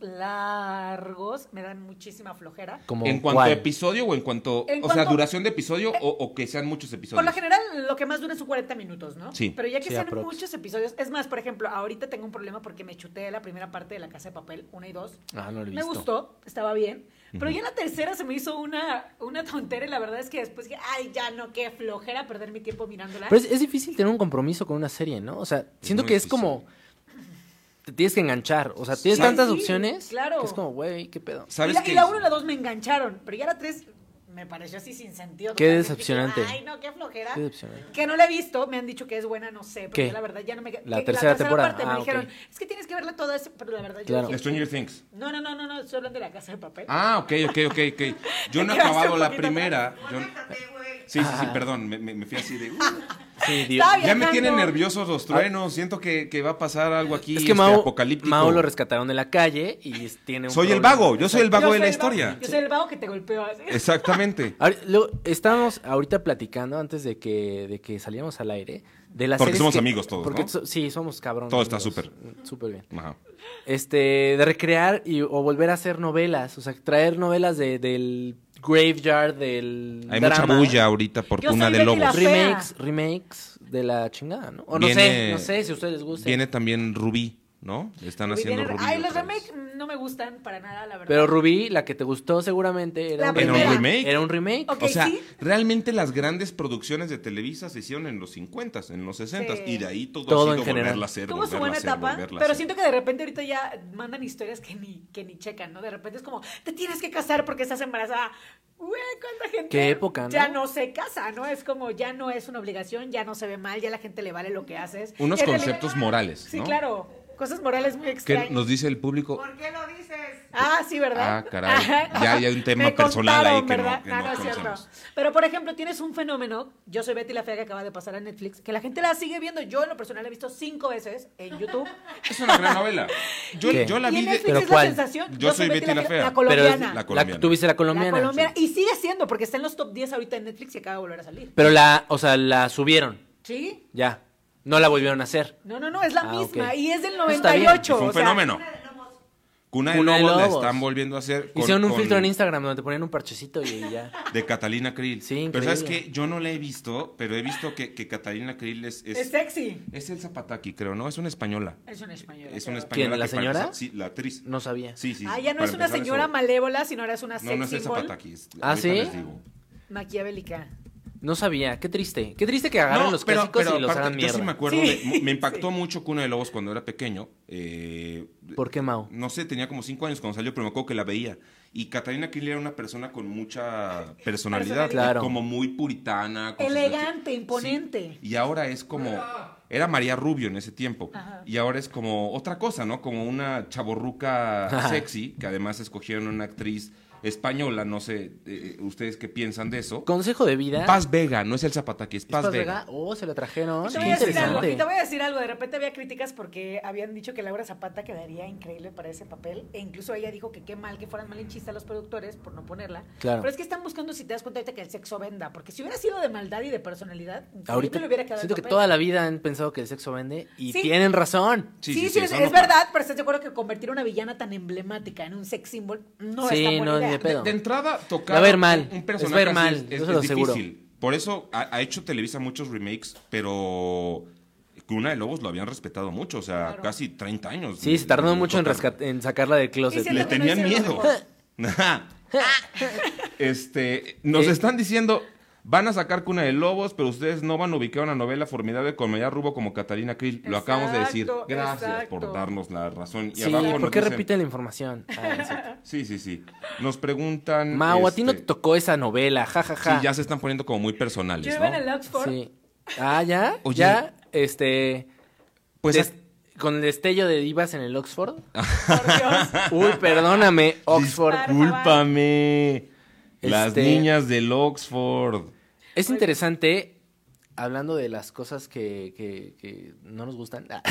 largos, me dan muchísima flojera.
Como
¿En cuanto
cuál?
a episodio o en cuanto.
En
o sea,
cuanto-
duración de episodio o, o que sean muchos episodios.
Por lo general, lo que más dura son 40 minutos, ¿no?
Sí.
Pero ya que
Sí,
sean
aprox.
muchos episodios, es más, por ejemplo, ahorita tengo un problema porque me chuté la primera parte de La Casa de Papel, una y dos.
Ah, no lo he
Me
visto.
gustó, estaba bien. Pero ya en la tercera se me hizo una, una tontera y la verdad es que después dije, ay, ya no, qué flojera perder mi tiempo mirándola.
Pero es, es difícil tener un compromiso con una serie, ¿no? O sea, siento
muy
que es
difícil.
como. Te tienes que enganchar. O sea, tienes
Sí,
tantas
sí,
opciones.
claro.
que es como, güey, qué pedo.
¿Sabes
y la,
qué?
y la uno y la dos me engancharon, pero ya la tres me pareció así sin sentido.
Qué
totalmente.
decepcionante.
Ay, no, qué flojera.
Qué decepcionante.
Que no la he visto, me han dicho que es buena, no sé, porque
¿Qué?
la verdad ya no me... que-
La tercera temporada.
parte
Ah,
me dijeron,
ok.
es que tienes que verla toda, ese- pero la verdad yo
Claro.
dije,
Stranger Things.
No, no, no, no, no, solo de la casa de papel.
Ah, ok, ok, ok, ok. Yo no he
[LAUGHS] Te quedaste
acabado
un
la
poquito atrás.
primera. Yo-
Conéctate, güey.
Sí, sí, sí,
Ah.
perdón. Me, me- me fui así de.
[LAUGHS]
"Uh".
Sí, Dios.
Está bien.
ya me
Viajando.
tienen nerviosos los truenos. Siento que, que va a pasar algo aquí
Es
este,
que Mao,
apocalíptico.
Mao lo rescataron de la calle y es- tiene un.
Soy el
problema.
vago, yo soy el
Yo
vago de
soy
la
el vago-
historia.
Yo soy el vago que te golpeó así.
[LAUGHS]
Exactamente.
Ahori- luego, estábamos ahorita platicando antes de que, de que salíamos al aire. De las
Porque
series
somos
que-
amigos todos,
Porque
¿no?
so- sí, somos cabrones.
Todo está
amigos.
súper.
Súper bien.
Ajá.
Este, de recrear y, o volver a hacer novelas. O sea, traer novelas de- del graveyard, del.
Hay mucha
drama.
bulla ahorita por
Yo
una
soy
de
Betty la
lobos.
Fea.
Remakes, remakes de la chingada, ¿no? O no sé,
Viene-
no sé si a ustedes les gusta.
Viene también Rubí, ¿no? Están
Muy
haciendo
bien,
Rubí.
Ay, los
otra vez.
remakes no me gustan para nada, la verdad.
Pero Rubí, la que te gustó seguramente era
La
un
¿Era
remake.
un
primera.
remake?
Era un remake.
Ok.
o sea,
sí.
realmente las grandes producciones de Televisa se hicieron en los 50, en los 60
Sí.
y de ahí todo,
Todo
ha
en
sido
general.
volverla a hacer,
Tuvo su
volverla
buena
a hacer,
etapa,
volverla a
pero
hacer.
siento que de repente ahorita ya mandan historias que ni, que ni checan, ¿no? De repente es como, te tienes que casar porque estás embarazada. Güey, cuánta gente.
Qué época, ¿no?
Ya no se casa, ¿no? Es como, ya no es una obligación, ya no se ve mal, ya la gente le vale lo que haces.
Unos
Ya en
conceptos morales,
Sí,
¿no?
claro. Cosas morales muy
¿Qué
extrañas.
nos dice el público?
¿Por qué lo dices?
Ah, sí, ¿verdad?
Ah,
[LAUGHS]
caray. Ya- ya hay un tema
Me
personal ahí
contaron,
que no-
¿verdad?
que
Ah,
no
es cierto.
conocemos.
Pero, por ejemplo, tienes un fenómeno, yo soy Betty la Fea que acaba de pasar a Netflix, que la gente la sigue viendo. Yo, en lo personal, la he visto cinco veces en YouTube.
Es una gran novela. [LAUGHS] Yo,
¿Qué?
yo la
y
vi
en este
de-
Netflix
¿Pero
es
cuál?
la sensación.
Yo soy Betty la Fea.
La
Pero
colombiana.
la
la,
colombiana.
tuviste la colombiana.
colombiana. Y sigue siendo, porque está en los top 10 ahorita en Netflix y acaba de volver a salir.
Pero la, o sea, la subieron.
¿Sí?
Ya. No la volvieron a hacer.
No, no, no, es la
Ah,
misma.
ok.
Y es del
Eso está bien.
98.
Y fue un
o sea,
fenómeno.
Una de lobos.
Cuna de
Cuna de
Lobos la
Lobos.
están volviendo a hacer. con-
Hicieron un
con-
filtro en Instagram donde te ponían un parchecito y ya.
De Catalina Krill.
Sí,
pero sabes
increíble.
que yo no la he visto, pero he visto que, que Catalina Krill es, es,
Es sexy.
es el Zapataki, creo, ¿no? Es una española.
Es una española.
Es una
claro.
española.
¿Quién, la
que para
señora?
empezar- sí, la actriz.
No sabía.
Sí, sí.
Ah, ya no
para
es una
empezar eso-
señora malévola, sino ahora es una
No, no es
sexy
el
symbol
Zapataki. es-
¿Ah,
ahorita
sí?
les digo.
maquiavélica.
No sabía. Qué triste. Qué triste que agarren
No,
los
pero-
clásicos
pero
y los
aparte,
hagan mierda.
Yo sí me acuerdo,
Sí.
de- me impactó mucho Cuna de Lobos cuando era pequeño. eh,
¿Por qué, Mao?
no sé, tenía como cinco años cuando salió, pero me acuerdo que la veía. Y Catalina Krill era una persona con mucha personalidad,
Claro.
como muy puritana. con sus
Elegante,
vesti-
imponente.
Sí, Y ahora es como, era María Rubio en ese tiempo.
Ajá.
Y ahora es como otra cosa, ¿no? Como una chaborruca sexy, que además escogieron una actriz española, no sé, eh, ustedes qué piensan de eso.
Consejo de vida.
Paz Vega, no es el zapataqui, es
¿Es
Paz, Vega.
Oh, se la trajeron.
Y te,
Sí,
voy a decir algo,
interesante.
y te voy a decir algo, de repente había críticas porque habían dicho que Laura Zapata quedaría increíble para ese papel, e incluso ella dijo que qué mal que fueran malinchistas los productores por no ponerla.
Claro.
Pero es que están buscando, si te das cuenta ahorita, que el sexo venda, porque si hubiera sido de maldad y de personalidad,
Ahorita
ahorita le hubiera quedado el
siento que
papel.
toda la vida han pensado que el sexo vende y
Sí.
tienen razón.
Sí,
Sí,
sí,
sí, sí,
es,
eso no-
es verdad, pero estás de acuerdo que convertir a una villana tan emblemática en un sex symbol no
Sí,
es tan buena
no, ni
idea.
de pedo.
De entrada, tocar
Va a ver mal,
un
les va a
personaje
ir mal,
así es,
yo
es-
se lo
es
aseguro.
difícil. Por eso ha, ha hecho Televisa muchos remakes, pero Cuna de Lobos lo habían respetado mucho, o sea,
Claro.
casi 30 años.
Sí, se tardó
Lo
mucho en,
tocaron.
rescat- en sacarla del
Y
closet.
siento
Le
que no
tenían
hicieron lo
miedo.
mejor.
Ajá. [LAUGHS] este, nos
Eh.
están diciendo, van a sacar Cuna de Lobos, pero ustedes no van a ubicar una novela formidable con María Rubo como Catalina Krill. Lo acabamos de decir.
Exacto,
Gracias
exacto.
por darnos la razón. Y
Sí,
abajo nos
¿por qué
dicen-
repiten la información? Ah, no es cierto.
[LAUGHS]
Sí, sí, sí. Nos preguntan...
Mau, a ti no te
este,
tocó esa novela, jajaja.
Sí, ya se están poniendo como muy personales,
Yo
¿no?
iba en el Oxford,
Ah, ya,
Oye.
ya, este...
Pues Ah.
des- Con el destello de divas en el Oxford.
por
[LAUGHS]
Dios.
Uy,
[LAUGHS]
perdóname, Oxford.
Discúlpame. Las
Este-
niñas del Oxford.
Es interesante hablando de las cosas que, que, que no nos gustan. ah,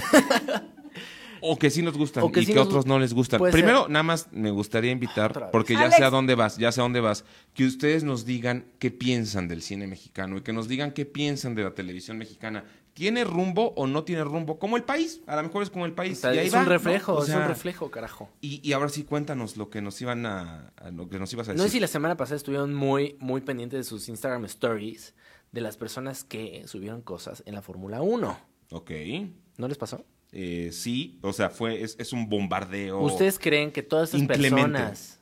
O que sí nos gustan
O que
y
sí
que
nos
otros no les gustan.
puede
Primero,
ser.
nada más me gustaría
Otra
invitar,
vez.
porque ya
Alex.
sé a dónde vas, ya sé a dónde vas, que ustedes nos digan qué piensan del cine mexicano y que nos digan qué piensan de la televisión mexicana. ¿Tiene rumbo o no tiene rumbo? Como el país, a lo mejor es como el
o
país.
sea,
y ahí
es
va,
un
¿no?
reflejo,
O
es
sea,
un reflejo, carajo.
Y, y ahora sí cuéntanos lo que nos iban a, a lo que nos ibas a decir.
No sé si la semana pasada estuvieron muy, muy pendientes de sus Instagram stories de las personas que subieron cosas en la Fórmula 1.
Ok.
¿No les pasó?
Eh, sí, o sea, fue, es, es un bombardeo.
¿Ustedes creen que todas esas
Inclemente.
personas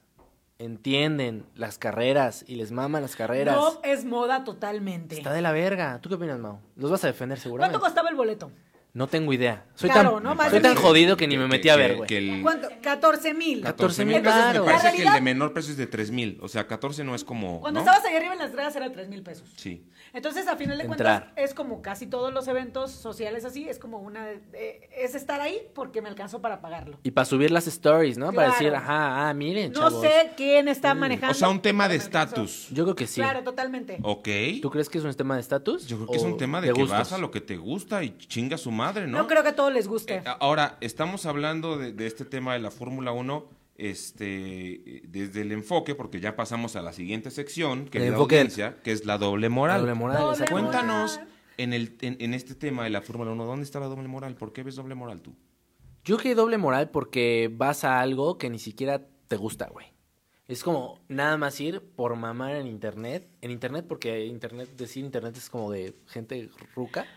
entienden las carreras y les maman las carreras?
No es moda totalmente.
Está de la verga. ¿Tú qué opinas, Mau? Los vas a defender seguramente.
¿Cuánto costaba el boleto?
No tengo idea. Soy
Claro,
tan,
¿no? Más
soy
de
tan
mil.
jodido que ni me metí a ver,
Que
güey.
el-
¿Cuánto? 14 mil.
14 mil
14,000
pesos me
varos.
parece
La
que el
realidad-
de menor precio es de 3 mil. O sea, 14 no es como.
Cuando
¿no?
estabas ahí arriba en las gradas era 3 mil pesos.
Sí.
Entonces, a final de
Entrar.
cuentas, es como casi todos los eventos sociales así, es como una... de- de- es estar ahí porque me alcanzó para pagarlo.
Y para subir las stories, ¿no? Para
Claro.
decir, ajá, ah, miren,
No
chavos.
sé quién está manejando.
O sea, un tema de
pero me alcanzó.
estatus.
Yo creo que sí.
Claro, totalmente.
Ok.
¿Tú crees que es un tema de estatus?
Yo creo que es
o
un tema de, que
gustos?
vas a lo que te gusta y chinga su madre, ¿no?
¿no? creo que a todos les guste.
Eh, ahora, estamos hablando de, de este tema de la Fórmula 1 este, eh, desde el enfoque, porque ya pasamos a la siguiente sección, que
El
es la
enfoque del-
audiencia, que es la doble moral.
Doble moral,
Doble
exacto.
moral.
Cuéntanos en, el, en, en este tema de la Fórmula 1, ¿dónde está la doble moral? ¿Por qué ves doble moral tú?
Yo creo que hay doble moral porque vas a algo que ni siquiera te gusta, güey. Es como nada más ir por mamar en internet. En internet, porque internet, decir internet es como de gente ruca.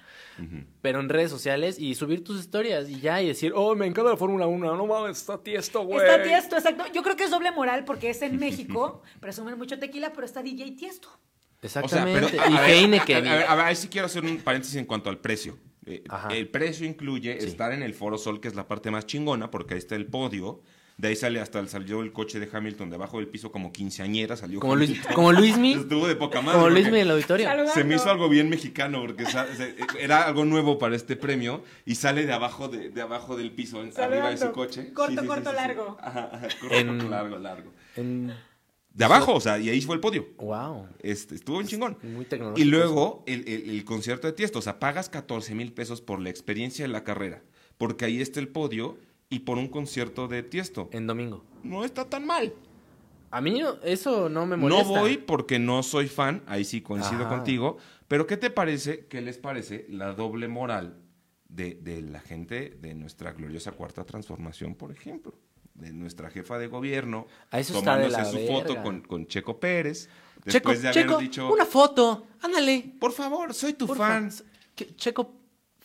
Pero en redes sociales y subir tus historias y ya y decir, oh, me encanta la Fórmula 1, no mames, está tiesto, güey.
Está tiesto, exacto. Yo creo que es doble moral porque es en México, presumen mucho tequila, pero está DJ tiesto.
O sea,
Exactamente.
pero, a- a ver,
y Heineken.
A, a ver, a ver, ahí sí quiero hacer un paréntesis en cuanto al precio. Eh,
Ajá.
el precio incluye
Sí.
estar en el Foro Sol, que es la parte más chingona, porque ahí está el podio. De ahí sale hasta el, salió el coche de Hamilton, debajo del piso como quinceañera salió.
como
[LAUGHS]
Luis,
Hamilton.
como Luismi,
Pues, Estuvo de poca madre.
como Luismi
porque
del auditorio.
Salud.
Se me hizo algo bien mexicano porque sa- se- era algo nuevo para este premio y sale de abajo de, de abajo del piso, en- arriba de
Saludando.
su coche.
Corto, corto, largo.
Ajá, ajá, corto,
En-
corto, largo, largo.
En-
De abajo, o sea, y ahí fue el podio.
Wow.
Este, estuvo un chingón.
Muy tecnológico.
Y luego el, el- el concierto de Tiesto, o sea, pagas 14 mil pesos por la experiencia de la carrera, porque ahí está el podio y por un concierto de Tiesto.
En domingo.
No está tan mal.
A mí no- eso no me
No
molesta.
voy porque no soy fan, ahí sí coincido
Ajá.
contigo, pero ¿qué te parece, qué les parece la doble moral de, de la gente de nuestra gloriosa cuarta transformación, por ejemplo? De nuestra jefa de gobierno,
Ah, eso está de
tomándose su
la
foto
verga.
con, con Checo Pérez,
Checo,
después de haber
Checo,
dicho,
una foto. Ándale.
por favor, soy tu
Porfa.
fan.
Que- Checo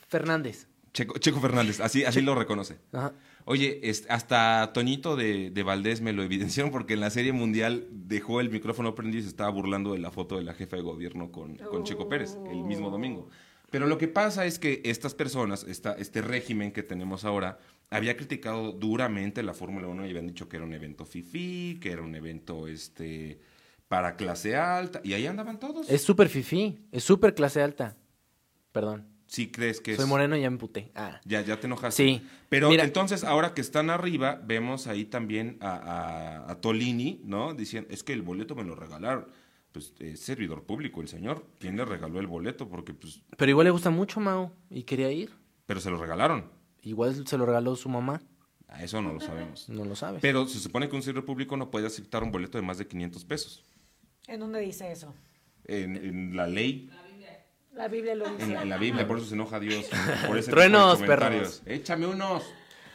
Fernández.
Checo, Checo Fernández, así, así lo reconoce.
Ajá.
Oye, es- hasta Toñito de, de Valdés me lo evidenciaron porque en la Serie Mundial dejó el micrófono prendido y se estaba burlando de la foto de la jefa de gobierno con, con Checo Pérez el mismo domingo. Pero lo que pasa es que estas personas, esta, este régimen que tenemos ahora, había criticado duramente la Fórmula 1 y habían dicho que era un evento fifí, que era un evento este para clase alta, y ahí andaban todos.
Es súper fifí. Es súper clase alta. Perdón.
¿Sí crees que
Soy
es?
moreno y ya me puté. Ah.
Ya, ya te enojaste.
Sí.
Pero
Mira.
entonces, ahora que están arriba, vemos ahí también a, a- a Tolini, ¿no? Diciendo, es que el boleto me lo regalaron. Pues es servidor público el señor. ¿Quién le regaló el boleto? Porque, pues,
Pero igual le gusta mucho, Mau. Y quería ir.
pero se lo regalaron.
Igual se lo regaló su mamá.
A eso no lo sabemos.
No lo sabes.
Pero se supone que un servidor público no puede aceptar un boleto de más de 500 pesos.
¿En dónde dice eso?
En, en la ley,
La Biblia lo dice.
en la, en la Biblia, por eso se enoja Dios. Por ese tipo de
Truenos,
comentarios. Échame unos.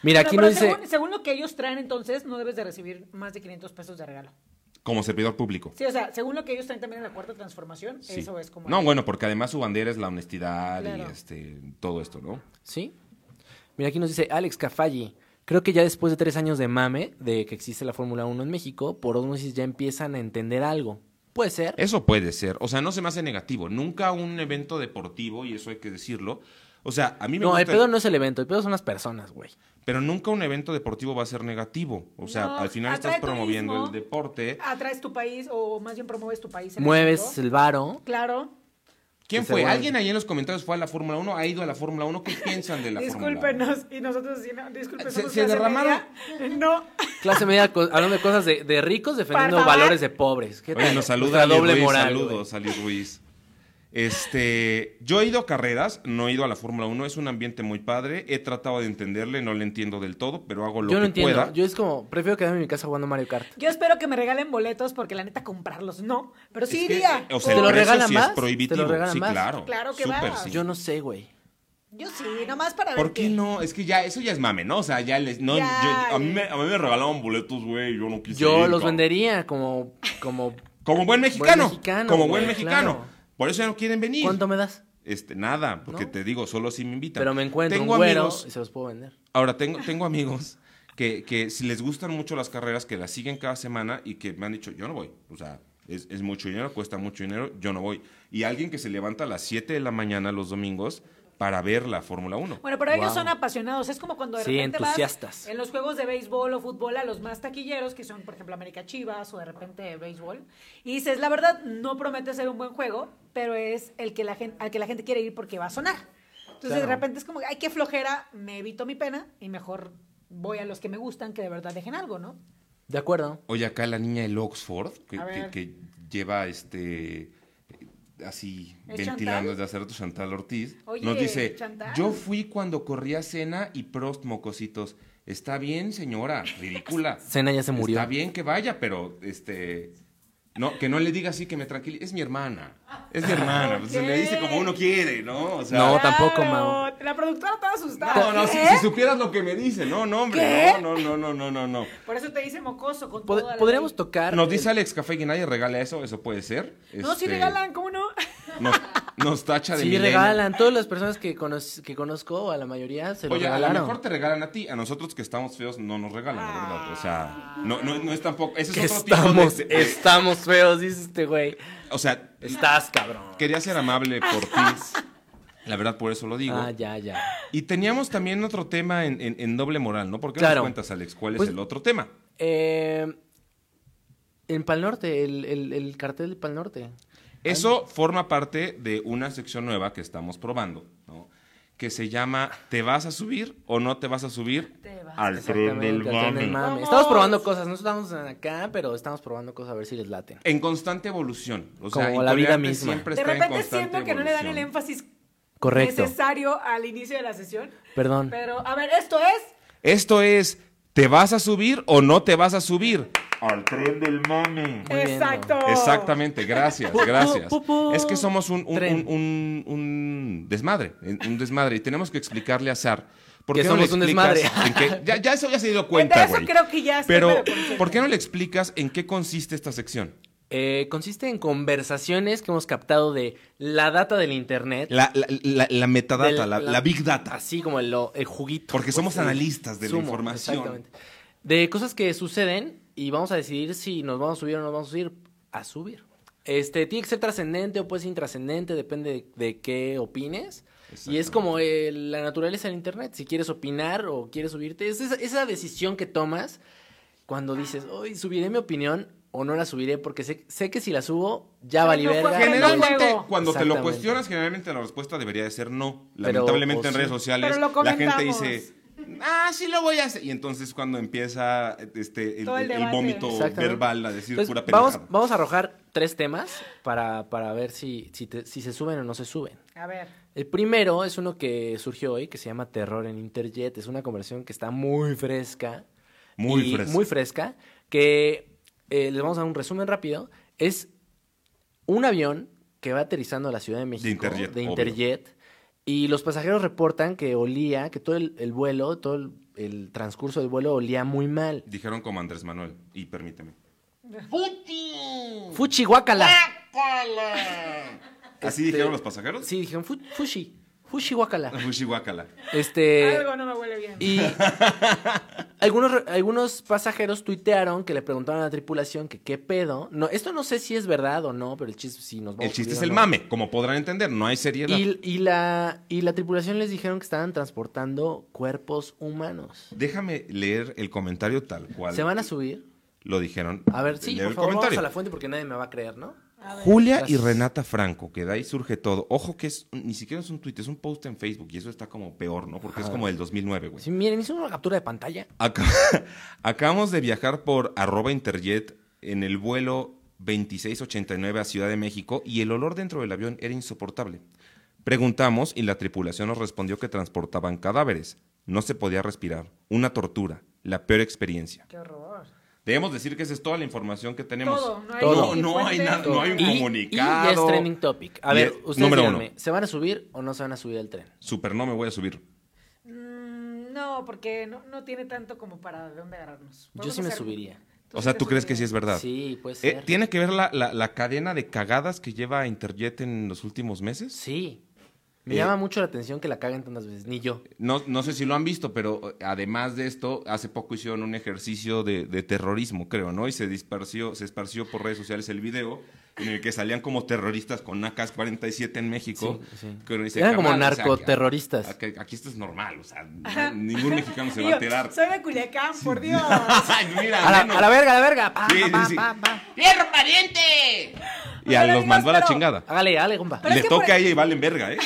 Mira,
No,
aquí
pero
nos dice.
según, según lo que ellos traen, entonces, no debes de recibir más de 500 pesos de regalo.
Como servidor público.
Sí, o sea, según lo que ellos traen también en la cuarta transformación,
Sí.
eso es como...
No, bueno, porque además su bandera es la honestidad
Claro.
y este todo esto, ¿no?
¿Sí? Mira, aquí nos dice Alex Cafalli. Creo que ya después de tres años de mame de que existe la Fórmula 1 en México, por osmosis ya empiezan a entender algo. Puede ser.
Eso puede ser. O sea, no se me hace negativo. Nunca un evento deportivo, y eso hay que decirlo. O sea, a mí me
No, el
gusta.
pedo no es el evento, el pedo son las personas, güey.
Pero nunca un evento deportivo va a ser negativo. O sea,
No,
al final estás
atrae
promoviendo
turismo.
el deporte.
Ah,
Atraes tu país, o más bien promueves tu país. en
Mueves
México.
el varo.
Claro.
¿Quién
Que se
fue?
vuelve.
¿Alguien ahí en los comentarios fue a la Fórmula 1? ¿Ha ido a la Fórmula 1? ¿Qué piensan
[LAUGHS]
de la Fórmula 1?
Discúlpenos, y nosotros sí, no, disculpen,
Se-
somos
se
clase
derramaron.
media. No,
Clase media, co- hablando de cosas de, de ricos defendiendo
Para acabar.
valores de pobres. ¿Qué
Oye,
tal?
nos
Nuestra
saluda Ali Ruiz.
güey.
Saludos, Ali Ruiz. Este, yo he ido a carreras, no he ido a la Fórmula 1, es un ambiente muy padre, he tratado de entenderle, no le entiendo del todo, pero hago lo
Yo
que
no entiendo.
pueda.
Yo es como, prefiero quedarme en mi casa jugando Mario Kart.
Yo espero que me regalen boletos porque la neta comprarlos no, pero sí
Es que,
iría.
o sea,
¿Te
el
lo
precio
regalan
sí
más?
es prohibitivo.
¿Te lo regalan
sí,
más?
claro.
Claro que
Súper,
va.
sí.
Yo no sé, güey.
Yo sí, nomás para ver
¿Por qué
qué.
no? Es que ya, eso ya es mame, ¿no? O sea, ya les. No,
Ya,
yo- a, mí
ya.
me, a mí me regalaban boletos, güey, yo no quise.
Yo
ir,
los
cabrón.
vendería como, como,
Como buen mexicano.
mexicano,
como
güey,
buen mexicano.
claro.
Por eso ya no quieren venir.
¿cuánto me das?
Este, nada, porque
¿No?
te digo, solo si me invitan.
Pero me encuentro
Tengo
un güero
amigos-
y se los puedo vender.
Ahora, tengo, tengo amigos que, que si les gustan mucho las carreras, que las siguen cada semana y que me han dicho, yo no voy. O sea, es, es mucho dinero, cuesta mucho dinero, yo no voy. Y alguien que se levanta a las 7 de la mañana los domingos para ver la Fórmula 1.
Bueno, pero ellos
Wow.
son apasionados. Es como cuando de
Sí,
repente
entusiastas.
vas en los juegos de béisbol o fútbol a los más taquilleros, que son, por ejemplo, América Chivas o de repente béisbol, y dices, la verdad, no promete ser un buen juego, pero es el que la gente, al que la gente quiere ir porque va a sonar. Entonces, de
Claro.
repente es como, ay, qué flojera, me evito mi pena y mejor voy a los que me gustan, que de verdad dejen algo, ¿no?
De acuerdo.
Oye, acá la niña del Oxford, que,
A
que-
ver.
que lleva este eh, así
¿Es
ventilando
Chantal?
desde hace rato, Chantal Ortiz,
Oye,
nos dice,
Chantal.
yo fui cuando corría cena y Prost mocositos. Está bien, señora,
[LAUGHS]
ridícula.
Cena ya se murió.
Está bien que vaya, pero este... No, que no le diga así que me tranquilice. Es mi hermana. Es mi hermana. pues, Se le dice como uno quiere, ¿no? O sea,
Ah, No, tampoco, Mau.
La productora estaba asustada.
no, no, si,
¿Eh?
si supieras lo que me dice. No, no, hombre.
¿Qué?
No, no, no, no, no, no.
Por eso te dice mocoso con
Pod-
toda la
podríamos
ley.
tocar.
Nos dice Alex Café que nadie regala eso, eso puede ser.
No, si
Este,
regalan, ¿cómo no?
Nos, nos tacha de
Sí,
milenio.
regalan. Todas las personas que, conoz- que conozco, a la mayoría se lo
Oye, a lo
regalaron.
mejor te regalan a ti, a nosotros que estamos feos no nos regalan, la verdad. O sea, no, no, no es tampoco. Ese
Que
es otro tipo
estamos,
de- de-
estamos feos, dice este güey.
O sea,
Estás, cabrón.
quería ser amable por ti. La verdad, por eso lo digo.
Ah, ya, ya.
Y teníamos también otro tema en, en- en doble moral, ¿no? ¿Por qué
Claro.
nos cuentas, Alex? ¿Cuál
Pues-
es el otro tema?
Eh, en Pal Norte, el, el- el cartel de Pal Norte.
Eso forma parte de una sección nueva que estamos probando, ¿no? Que se llama ¿Te vas a subir o no te vas a subir?
Te
Ah,
vas.
al tren del
el cartel del
mame.
mame.
Vamos.
Estamos probando cosas, no estamos acá, pero estamos probando cosas a ver si les late.
En constante evolución. O sea,
Como la vida
Intolerante
misma.
Siempre
De
está en
repente
constante
siento que no le dan el
evolución.
énfasis
Correcto.
necesario al inicio de la sesión.
Perdón.
Pero, a ver, esto es.
Esto es, ¿te vas a subir o no te vas a subir? Al tren del mame.
Muy bien,
Exacto.
Exactamente, gracias,
pu,
gracias.
pu, pu.
Es que somos un, un-
Tren.
un- un- un desmadre, un desmadre, y tenemos que explicarle a Sar. ¿Por
Que
qué no le
somos un
explicas
desmadre.
en qué- ya, ya eso ya se dio cuenta,
Entonces, eso
güey.
creo que ya estoy
Pero,
medio consciente.
¿por qué no le explicas en qué consiste esta sección?
Eh, consiste en conversaciones que hemos captado de la data del internet.
La, la- la- la metadata,
Del-
la,
la-
la big data.
Así como el, lo- el juguito.
Porque somos
Pues, el
analistas de la información.
Exactamente. De cosas que suceden y vamos a decidir si nos vamos a subir o nos vamos a subir. A subir. Este, tiene que ser trascendente o puede ser intrascendente, depende de, de qué opines. Y es
Exactamente.
como eh, la naturaleza del internet. Si quieres opinar o quieres subirte, es esa, esa decisión que tomas cuando dices, hoy subiré mi opinión o no la subiré, porque sé, sé que si la subo, ya
Ay,
valí
no,
verga.
pues,
Generalmente,
luego.
cuando te lo
Exactamente.
cuestionas, generalmente la respuesta debería de ser no.
Pero,
Lamentablemente
pues,
en redes
sí.
sociales
Pero lo
la gente
comentamos.
dice, ah, sí lo voy a hacer. Y entonces cuando empieza este, el,
Todo el
el
debate.
vómito
Exactamente.
verbal a decir
Entonces,
pura pendejada.
vamos, vamos a arrojar tres temas para, para ver si, si, te- si se suben o no se suben.
A ver.
El primero es uno que surgió hoy que se llama Terror en Interjet. Es una conversión que está muy fresca.
Muy
y-
fresca.
Muy fresca. Que eh, les vamos a dar un resumen rápido. Es un avión que va aterrizando a la Ciudad de México.
Interjet, obvio.
Interjet, y los pasajeros reportan que olía, que todo el, el vuelo, todo el, el transcurso del vuelo olía muy mal.
Dijeron como Andrés Manuel, y permíteme.
¡Fuchi, guácala!
¿Así
Este,
dijeron los pasajeros? [LAUGHS]
Sí, dijeron "Fu- fushi, fushi guacala.
Fushiwakala.
Este,
Algo no me huele bien.
y algunos, re- algunos pasajeros tuitearon que le preguntaron a la tripulación que qué pedo. No, esto no sé si es verdad o no, pero el chiste, si nos vamos
El
a
chiste
subir
es
o
el
no.
mame, como podrán entender, no hay seriedad.
Y, y la, y la tripulación les dijeron que estaban transportando cuerpos humanos.
Déjame leer el comentario tal cual.
¿Se van a subir?
Lo dijeron.
A ver, sí,
Leo
por
el
favor, vamos
comentario.
a la fuente porque nadie me va a creer, ¿no?
A ver.
Julia y
Gracias.
Renata Franco, que de ahí surge todo. Ojo que es, ni siquiera es un tweet, es un post en Facebook y eso está como peor, ¿no? Porque es como del 2009, güey.
Sí, miren, hice una captura
[LAUGHS]
de pantalla.
Acá- acabamos de viajar por arroba interjet en el vuelo 2689 a Ciudad de México y el olor dentro del avión era insoportable. Preguntamos y la tripulación nos respondió que transportaban cadáveres. No se podía respirar. Una tortura. La peor experiencia.
Qué horror.
Debemos decir que esa es toda la información que tenemos.
Todo, no hay
no,
ni
no
fuente,
hay nada,
todo.
no hay un
Y-
comunicado.
Y ya es trending topic. A
Y
ver,
es-
ustedes
número
díganme,
uno.
¿se van a subir o no se van a subir al tren?
Super, no me voy a subir.
Mm, no, porque no, no tiene tanto como para de dónde agarrarnos.
Yo
Podemos
sí me
hacer-
subiría.
O sea,
te
¿tú crees que sí
subirías?
es verdad?
Sí, puede
Eh,
ser.
¿Tiene que ver la, la- la cadena de cagadas que lleva Interjet en los últimos meses?
Sí. Me
Eh,
llama mucho la atención que la caguen tantas veces, ni yo.
No, no sé si lo han visto, pero eh, además de esto, hace poco hicieron un ejercicio de, de terrorismo, creo, ¿no? Y se disparció, se esparció por redes sociales el video en el que salían como terroristas con AKs 47 en México.
Sí, sí.
que uno dice,
Eran como
"Carnal, o sea,
narcoterroristas.
aquí- Aquí, aquí esto es normal, o sea, no- ningún mexicano se va a
[LAUGHS] Digo,
enterar.
Soy de Culiacán, por Dios.
[LAUGHS] Ay, mira,
A la,
menos.
a la verga, a la verga.
Ah,
Pa,
Sí,
pa,
sí, sí.
pa, pa.
¡Fierro pariente! Y
Pero
a los
amigos,
mandó a la
pero-
chingada.
Hágale, hágale, compa.
Pero es
Le
que por-
toca a ella y valen
[LAUGHS]
verga, ¿eh?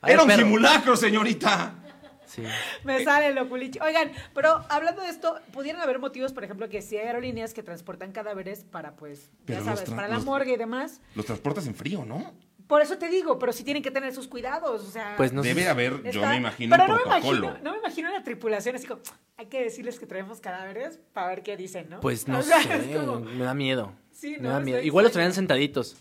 A ver,
Era un
perro.
simulacro, señorita. [LAUGHS]
Sí.
Me sale lo culichi. Oigan, pero hablando de esto, pudieran haber motivos, por ejemplo, que si hay aerolíneas que transportan cadáveres para, pues,
Pero los
ya sabes,
tra-
para la
los-
morgue y demás.
Los transportas en frío, ¿no?
Por eso te digo, pero sí tienen que tener sus cuidados, o sea.
Pues no sé
Debe
si-
haber, yo
está-
me imagino, un
no me
protocolo.
imagino, no me imagino la tripulación así como, hay que decirles que traemos cadáveres para ver qué dicen, ¿no?
Pues no
O sea, [LAUGHS]
sé,
es como-
me da miedo.
Sí,
me
no,
da
está
miedo. Igual los
extraño.
traían sentaditos.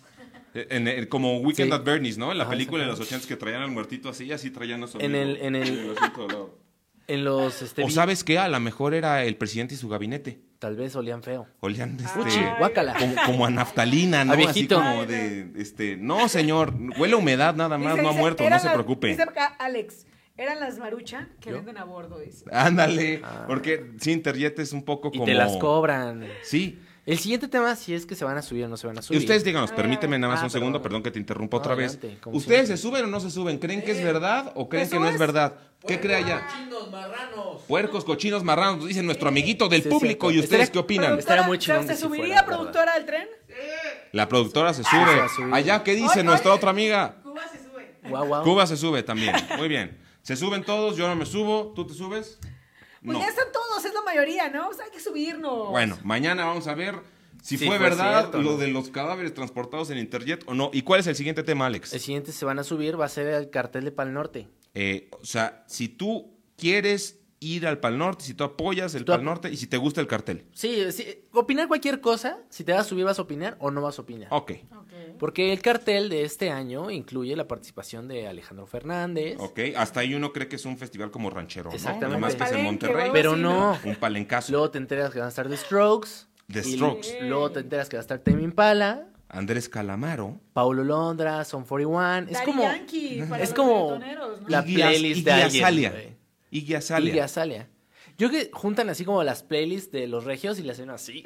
Eh, En el- como Weekend
Sí.
at Bernie's, ¿no? En la
Ah,
película de los
exactamente.
ochentas que traían al muertito así, así traían a su
En
amigo.
el- en el-
asiento al lado.
En los este,
O sabes qué, a lo mejor era el presidente y su gabinete.
tal vez olían feo.
Olían
Ah,
este,
Uchi, guácala.
como, como a naftalina, ¿no?
A Ah, viejito.
Así como de, este, no señor, huele a humedad nada más,
Dice-
no ha
dice,
muerto, no
eran
se
las-
preocupe.
Dice acá Alex, eran las maruchan que
¿Yo?
venden a bordo, dice.
Ándale, porque sí, Interjet es un poco
Ah. Y
como...
te las cobran.
Sí,
El siguiente tema si es que se van a subir o no se van a
Y
subir.
ustedes díganos,
Ah,
permíteme nada más
ah,
un segundo,
perdón.
perdón que te interrumpa
No,
otra vez.
adelante, como
¿Ustedes
siempre. Pues
se suben o no se suben? ¿Creen que es verdad o creen
¿Te
que no es
subes?
verdad? ¿Qué crea ya?
Chinos marranos.
Puercos, cochinos, marranos, dicen nuestro amiguito del
Sí, es
público.
cierto.
¿Y ustedes
Estaría-
qué opinan?
Estaría muy
Productora,
chingón
¿Se
que sí
subiría
fuera, la
productora al tren?
La productora se
se
sube.
va a subir.
Allá, ¿qué dice
Ay,
nuestra
ay.
otra amiga?
Cuba se sube.
Guau, guau.
Cuba se sube también. Muy bien. Se suben todos, yo no me subo. ¿Tú te subes?
Pues
No.
ya están todos, es la mayoría, ¿no? O sea, hay que subirnos.
Bueno, mañana vamos a ver si
Si
fue
fue
verdad
cierto,
lo
¿no?
de los cadáveres transportados en Interjet o no. ¿Y cuál es el siguiente tema, Alex?
El siguiente se van a subir va a ser el cartel de Pal Norte.
Eh, o sea, si tú quieres ir al Pal Norte, si tú apoyas el
Tú
Pal
ap-
Norte y si te gusta el cartel.
Sí, sí, opinar cualquier cosa, si te vas a subir vas a opinar o no vas a opinar.
Ok,
Ok.
Porque el cartel de este año incluye la participación de Alejandro Fernández,
ok. Hasta ahí uno cree que es un festival como ranchero, ¿no?
Exactamente.
Nada más que es en
Palenque,
Monterrey.
algo
pero
así,
no.
Un palencazo.
luego te enteras que van a estar The Strokes,
The
y
Strokes.
luego te enteras que va a estar Tame Impala,
Andrés Calamaro.
Paulo Londra, Son 41, es
Daddy
como
Yankee para
es
los
como
reggaetoneros, ¿no?
la
Iggy
playlist
Az- Iggy
de alguien,
Azalea.
güey.
Iggy Azalea.
Iggy Azalea. Yo que juntan así como las playlists de los regios y las hacen así.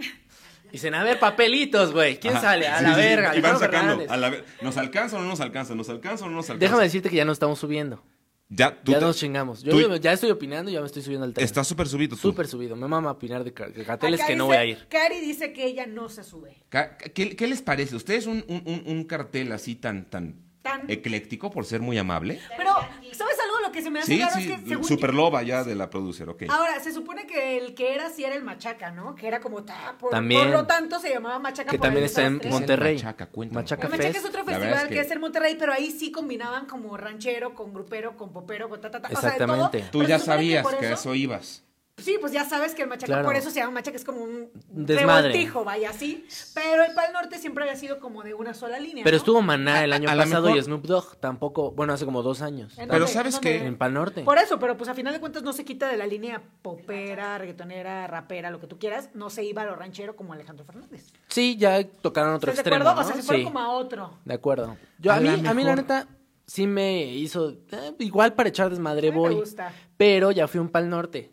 Y dicen, a ver, papelitos, güey. ¿Quién
Ajá.
sale? A
Sí,
la
sí, sí.
verga.
Y van
Alejandro
sacando.
Fernández.
a la ver- ¿Nos alcanza o no nos alcanza? ¿Nos alcanza o no nos alcanza?
Déjame decirte que ya nos estamos subiendo.
Ya, tú
Ya
te-
nos chingamos. Yo
tú-
ya- ya estoy opinando, ya me estoy subiendo al tren.
Estás súper subido tú.
súper subido. Me mama opinar de car- de carteles
Acá
que no voy
dice-
a ir.
Cari dice que ella no se sube.
Ca- ¿Qué, qué les parece? ¿Ustedes un, un- un- un cartel así tan, tan,
Tan-
ecléctico por ser muy amable?
Pero, ¿sabes algo? Lo que se me hace
Sí,
raro
sí,
es que según
superloba ya de la producer, ok.
Ahora, se supone que el que era sí era el machaca, ¿no? Que era como ta, por,
También.
por lo tanto se llamaba machaca.
Que
por el
también está en
desastre.
Mon-
Monterrey.
Machaca, cuéntanos.
Machaca
El machaca es
Fest.
otro
La verdad
festival
es que-
que... es en Monterrey, pero ahí sí combinaban como ranchero, con grupero, con popero, con ta, ta, ta. o sea, de todo.
Exactamente.
Tú
Pero
ya
se supone
sabías
por
que a eso ibas.
Sí, pues ya sabes que el machaca
Claro.
por eso se llama machaca, es como un
Desmadre.
revoltijo, vaya así. Pero el Pal Norte siempre había sido como de una sola línea.
Pero
¿no?
estuvo Maná el
A-
año
a la
pasado
mejor-
y Snoop Dogg tampoco, bueno, hace como dos años.
¿En
Pero
dónde?
¿sabes
¿Dónde?
qué?
En Pal Norte.
Por eso, pero pues a final de cuentas no se quita de la línea popera, reggaetonera, rapera, lo que tú quieras. No se iba a lo ranchero como Alejandro Fernández.
Sí, ya tocaron otro
¿Estás de
extremo,
acuerdo? O
¿no?
sea, se fueron
Sí.
como a otro.
De acuerdo. Yo, a,
A
mí,
la
a mí la
mejor.
neta sí me hizo eh, igual para echar desmadre
A mí me
voy.
gusta.
Pero ya fui a un pal norte.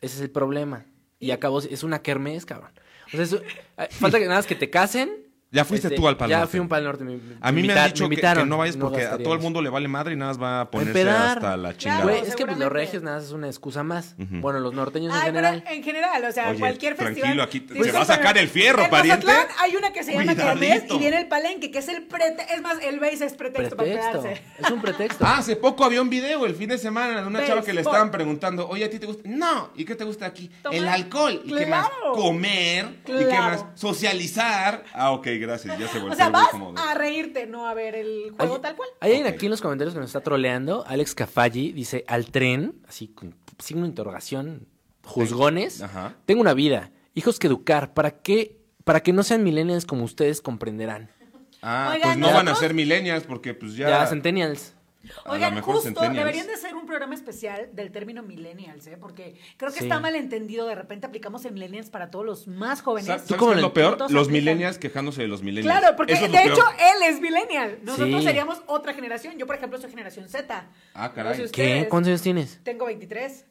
Ese es el problema. Y acabó es una kermés, cabrón. O sea, es- eh, falta que nada más que te casen
[LAUGHS] Ya fuiste
Este,
tú al Pal
Ya
Norte.
fui un Pal Norte. me- me
A mí me
invita-
han dicho que- que,
invitaron,
no vayas porque a
gastaría
todo el
eso.
mundo le vale madre y nada más va a ponerse
Empedar.
hasta la chingada.
Claro,
Güey, es que pues, los
seguramente.
regios nada más es una excusa más.
Ujú.
Bueno, los norteños en
Ay, pero
general.
en general, o sea,
Oye,
cualquier
tranquilo,
festival.
aquí te-
Discúlpame,
se va a sacar el fierro,
en
pariente.
Mazatlán hay una que se llama
Cuidadito.
Kermés y viene el palenque, que es el pretexto. Es más, el beis es pretexto, para
pretexto.
quedarse.
Es un
[LAUGHS]
pretexto.
Ah, hace poco había un video el fin de semana de una chava que le
Béisbol.
estaban preguntando, oye, ¿a ti te gusta? No, ¿y qué te gusta aquí?
Tomar.
El alcohol. ¿Y qué más?
Claro.
Comer. ¿Y qué
Claro.
más? Socializar. Ah, ok, gracias, ya se volvió
O sea,
muy
vas
como de-
a reírte, no a ver el
Hay-
juego tal cual.
Hay alguien
Ok.
aquí en los comentarios que nos está troleando. Alex Cafalli dice: al tren, así con signo de interrogación, juzgones.
Ajá.
Tengo una vida, hijos que educar. ¿Para qué? Para que no sean millennials como ustedes comprenderán.
Ah,
Oigan,
pues no
¿ya
van a
todos?
ser millennials porque pues ya...
Ya, centennials.
A lo
Oigan,
mejor
justo
centennials.
deberían de ser un programa especial del término millennials, ¿eh? Porque creo que
Sí.
está mal entendido. De repente aplicamos el millennials para todos los más jóvenes.
¿Sabes
¿Tú
qué
cómo
es
lo
lo peor?
entiendes?
Los millennials quejándose de los millennials.
Claro, porque
Eso es lo
de
peor.
hecho él es millennial. Nosotros
Sí.
seríamos otra generación. Yo, por ejemplo, soy generación Z.
Ah, caray.
No sé
¿Qué?
ustedes.
¿Cuántos años tienes?
Tengo 23.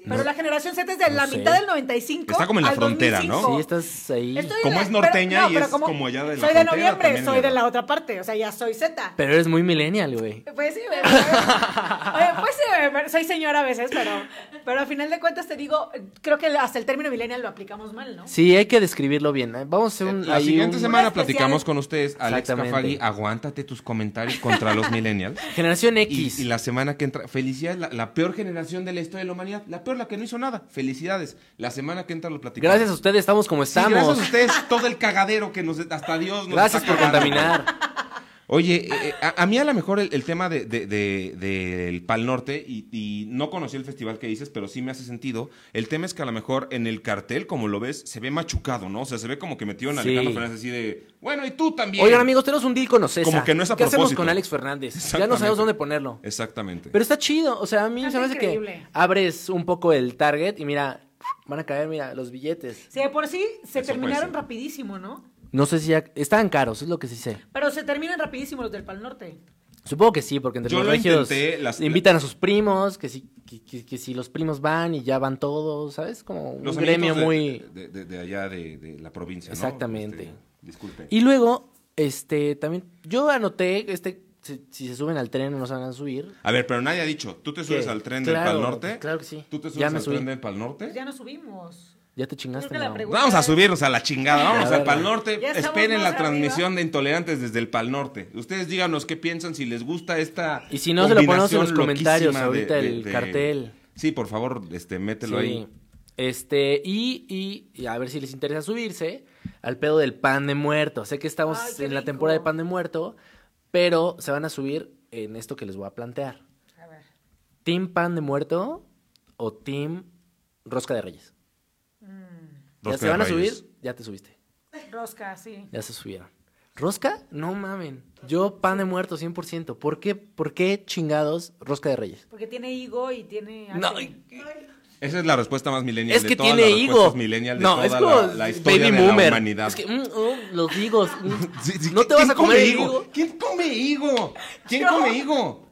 No.
Pero la generación Z es de
No
la
sé.
mitad del 95.
Está como en la
al
frontera, ¿no?
2005.
Sí, estás ahí.
Estoy de
Como
la-
es norteña
pero-
y
pero
es como allá de la
Soy de
frontera,
noviembre,
también
soy
le da.
de la otra parte. O sea, ya soy Z.
Pero eres muy millennial, güey.
Pues sí, bebé. Oye, pues sí, bebé, soy señora a veces, pero, pero al final de cuentas te digo, creo que hasta el término millennial lo aplicamos mal, ¿no?
Sí, hay que describirlo bien. ¿eh? Vamos a hacer un.
La
ahí
siguiente
un-
semana
Un especial.
platicamos con ustedes. Alex
Exactamente.
Cafagui, aguántate tus comentarios contra los millennials.
Generación
Y,
[LAUGHS] X.
y la semana que entra, felicidades, la, la peor generación de la historia de la humanidad, la peor, la que no hizo nada. Felicidades. La semana que entra lo platicamos.
Gracias a ustedes estamos como
Sí,
estamos.
gracias a ustedes, todo el cagadero que nos. Hasta Dios nos
Gracias
está
por
cagando.
contaminar.
Oye, eh, eh, a, a mí a lo mejor el, el tema de- de- de- del Pal Norte, y, y no conocí el festival que dices, pero sí me hace sentido. El tema es que a lo mejor en el cartel, como lo ves, se ve machucado, ¿no? O sea, se ve como que metido en
Sí.
Alejandro Fernández así de. Bueno, y tú también.
Oigan, amigos, tenemos un deal con Ocesa.
Como que no es a
¿Qué hacemos
propósito.
con Alex Fernández? Ya no
Exactamente.
sabemos dónde ponerlo.
Exactamente.
Pero está chido. O sea, a mí
Está
se me hace que
increíble.
abres un poco el target y mira, van a caer, mira, los billetes.
Sí, de por sí se
Eso puede
terminaron
ser.
rapidísimo, ¿no?
No sé si ya. Estaban caros, es lo que sí sé.
Pero se terminan rapidísimo los del Pal Norte.
Supongo que sí, porque entre
Yo
los
lo
regios
intenté, las-
invitan a sus primos, que si, que, que- que si los primos van y ya van todos, ¿sabes? Como un
Los
gremio
amiguitos de-
muy...
De, de- de allá de, de la provincia, ¿no?
Exactamente.
Este, disculpe.
Y luego, este, también, yo anoté, este, si, si se suben al tren o no se van a subir.
A ver, pero nadie ha dicho, ¿tú te subes
¿Qué?
al tren del
Claro,
Pal Norte?
pues claro que sí.
¿Tú te subes
Ya me
al
subí.
tren del Pal Norte?
Pues ya no subimos.
Ya te chingaste,
Creo que la
no.
pregunta-
Vamos a subirnos a la chingada, vamos
A
al
ver,
Pal
a ver.
Norte.
Ya estamos
Esperen la
más
transmisión de Intolerantes desde el Pal Norte. Ustedes díganos qué piensan, si les gusta esta.
Y si no, se lo ponemos en los
combinación
comentarios
loquísima
ahorita el cartel.
Sí, por favor, este, mételo
Sí.
ahí.
Este, y, y, y a ver si les interesa subirse al pedo del pan de muerto. Sé que estamos
Ay,
en
qué
la
rico.
temporada de pan de muerto, pero se van a subir en esto que les voy a plantear.
A ver.
¿Team pan de muerto o team rosca de reyes? ya
Rosca
se
de
van a
Reyes.
subir, ya te subiste,
Rosca, sí.
ya se subieron. ¿Rosca? No mamen. Yo pan de muerto 100%. ¿Por qué, por qué chingados rosca de reyes?
Porque tiene higo y tiene...
No,
H.
y-
Esa es la respuesta más millennial
Es
de
que
todas
tiene
las
higo.
respuestas millennial de
no,
toda
es como
la, la historia
baby
de la
boomer.
humanidad.
Es que, mm, mm, los higos. [LAUGHS] mm.
Sí, sí,
no te
¿quién
vas a comer el higo.
¿Quién come higo? ¿Quién
Yo.
come higo?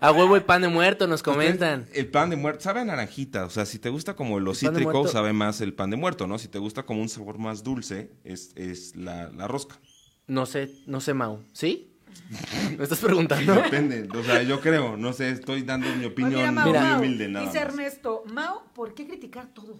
A huevo y pan de muerto nos comentan.
El pan de muerto sabe a naranjita, o sea, si te gusta como lo
El pan de
cítrico,
muerto.
sabe más el pan de muerto, ¿no? Si te gusta como un sabor más dulce, es, es la, la rosca.
No sé, no sé, Mau. ¿Sí? ¿Me estás [LAUGHS] preguntando?
[LAUGHS] Depende, o sea, yo creo, no sé, estoy dando mi
Oye,
opinión
mira, Mau,
muy
Mau,
humilde nada
Dice
más.
Ernesto, Mao, ¿por qué criticar todo?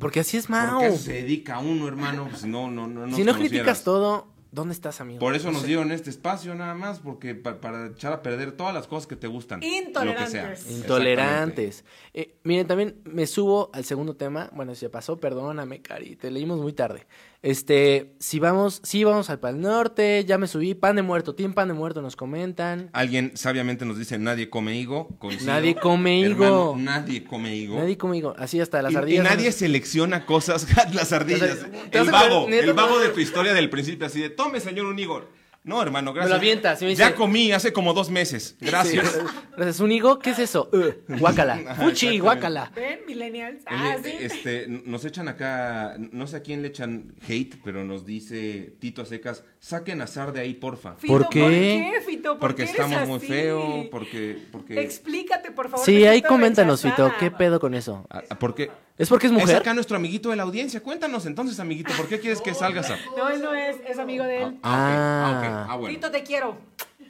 Porque así es
¿Por
Mau.
qué eso se dedica a uno, hermano? Pues no, no, no. nos
si no
conocieras.
criticas todo, ¿dónde estás, amigo?
Por eso nos
sé.
dieron este espacio nada más, porque pa- para echar a perder todas las cosas que te gustan. lo que sea.
Intolerantes.
Intolerantes. Eh, miren, también me subo al segundo tema. Bueno, si ya pasó, perdóname, Cari, te leímos muy tarde. Este, si vamos, sí vamos al Pal Norte, ya me subí, pan de muerto, tiene pan de muerto, nos comentan.
Alguien sabiamente nos dice, nadie come higo. coincido.
Nadie come
Hermano,
higo.
nadie come higo.
Nadie conmigo, así hasta las
y, y
ardillas.
nadie
¿no?
selecciona cosas, [LAUGHS] las ardillas.
ardillas. ¿Te
El
vas a comer,
vago,
neta,
el vago
no?
de tu historia del principio, así de, tome señor un higo. No, hermano, gracias.
lo avientas, y me dice-
ya comí hace como dos meses. Gracias.
Sí. [LAUGHS] Gracias. ¿Un higo? ¿Qué
[LAUGHS]
es eso? Uh, guácala.
Ajá,
Fuchi,
exactamente.
guácala.
¿Ven, millennials?
Oye,
Ah, sí.
este, nos echan acá, no sé a quién le echan hate, pero nos dice Tito a Secas, saquen a Sar de ahí, porfa.
Fito,
¿Por qué?
Fito? ¿Por
Porque
qué eres
estamos muy
así?
feos, porque... porque
Explícate, por favor.
Sí,
me
ahí
siento
coméntanos, Fito,
rechazada.
¿qué pedo con eso?
Ah, ah, porque
¿Es porque es
es
mujer?
acá nuestro amiguito de la audiencia. Cuéntanos entonces, amiguito, ¿por qué
Ah,
quieres que salga Sar?
No, él no es, es amigo de él.
Ah, ok, ah, ok.
Ah.
Ah, bueno.
Fito, te quiero.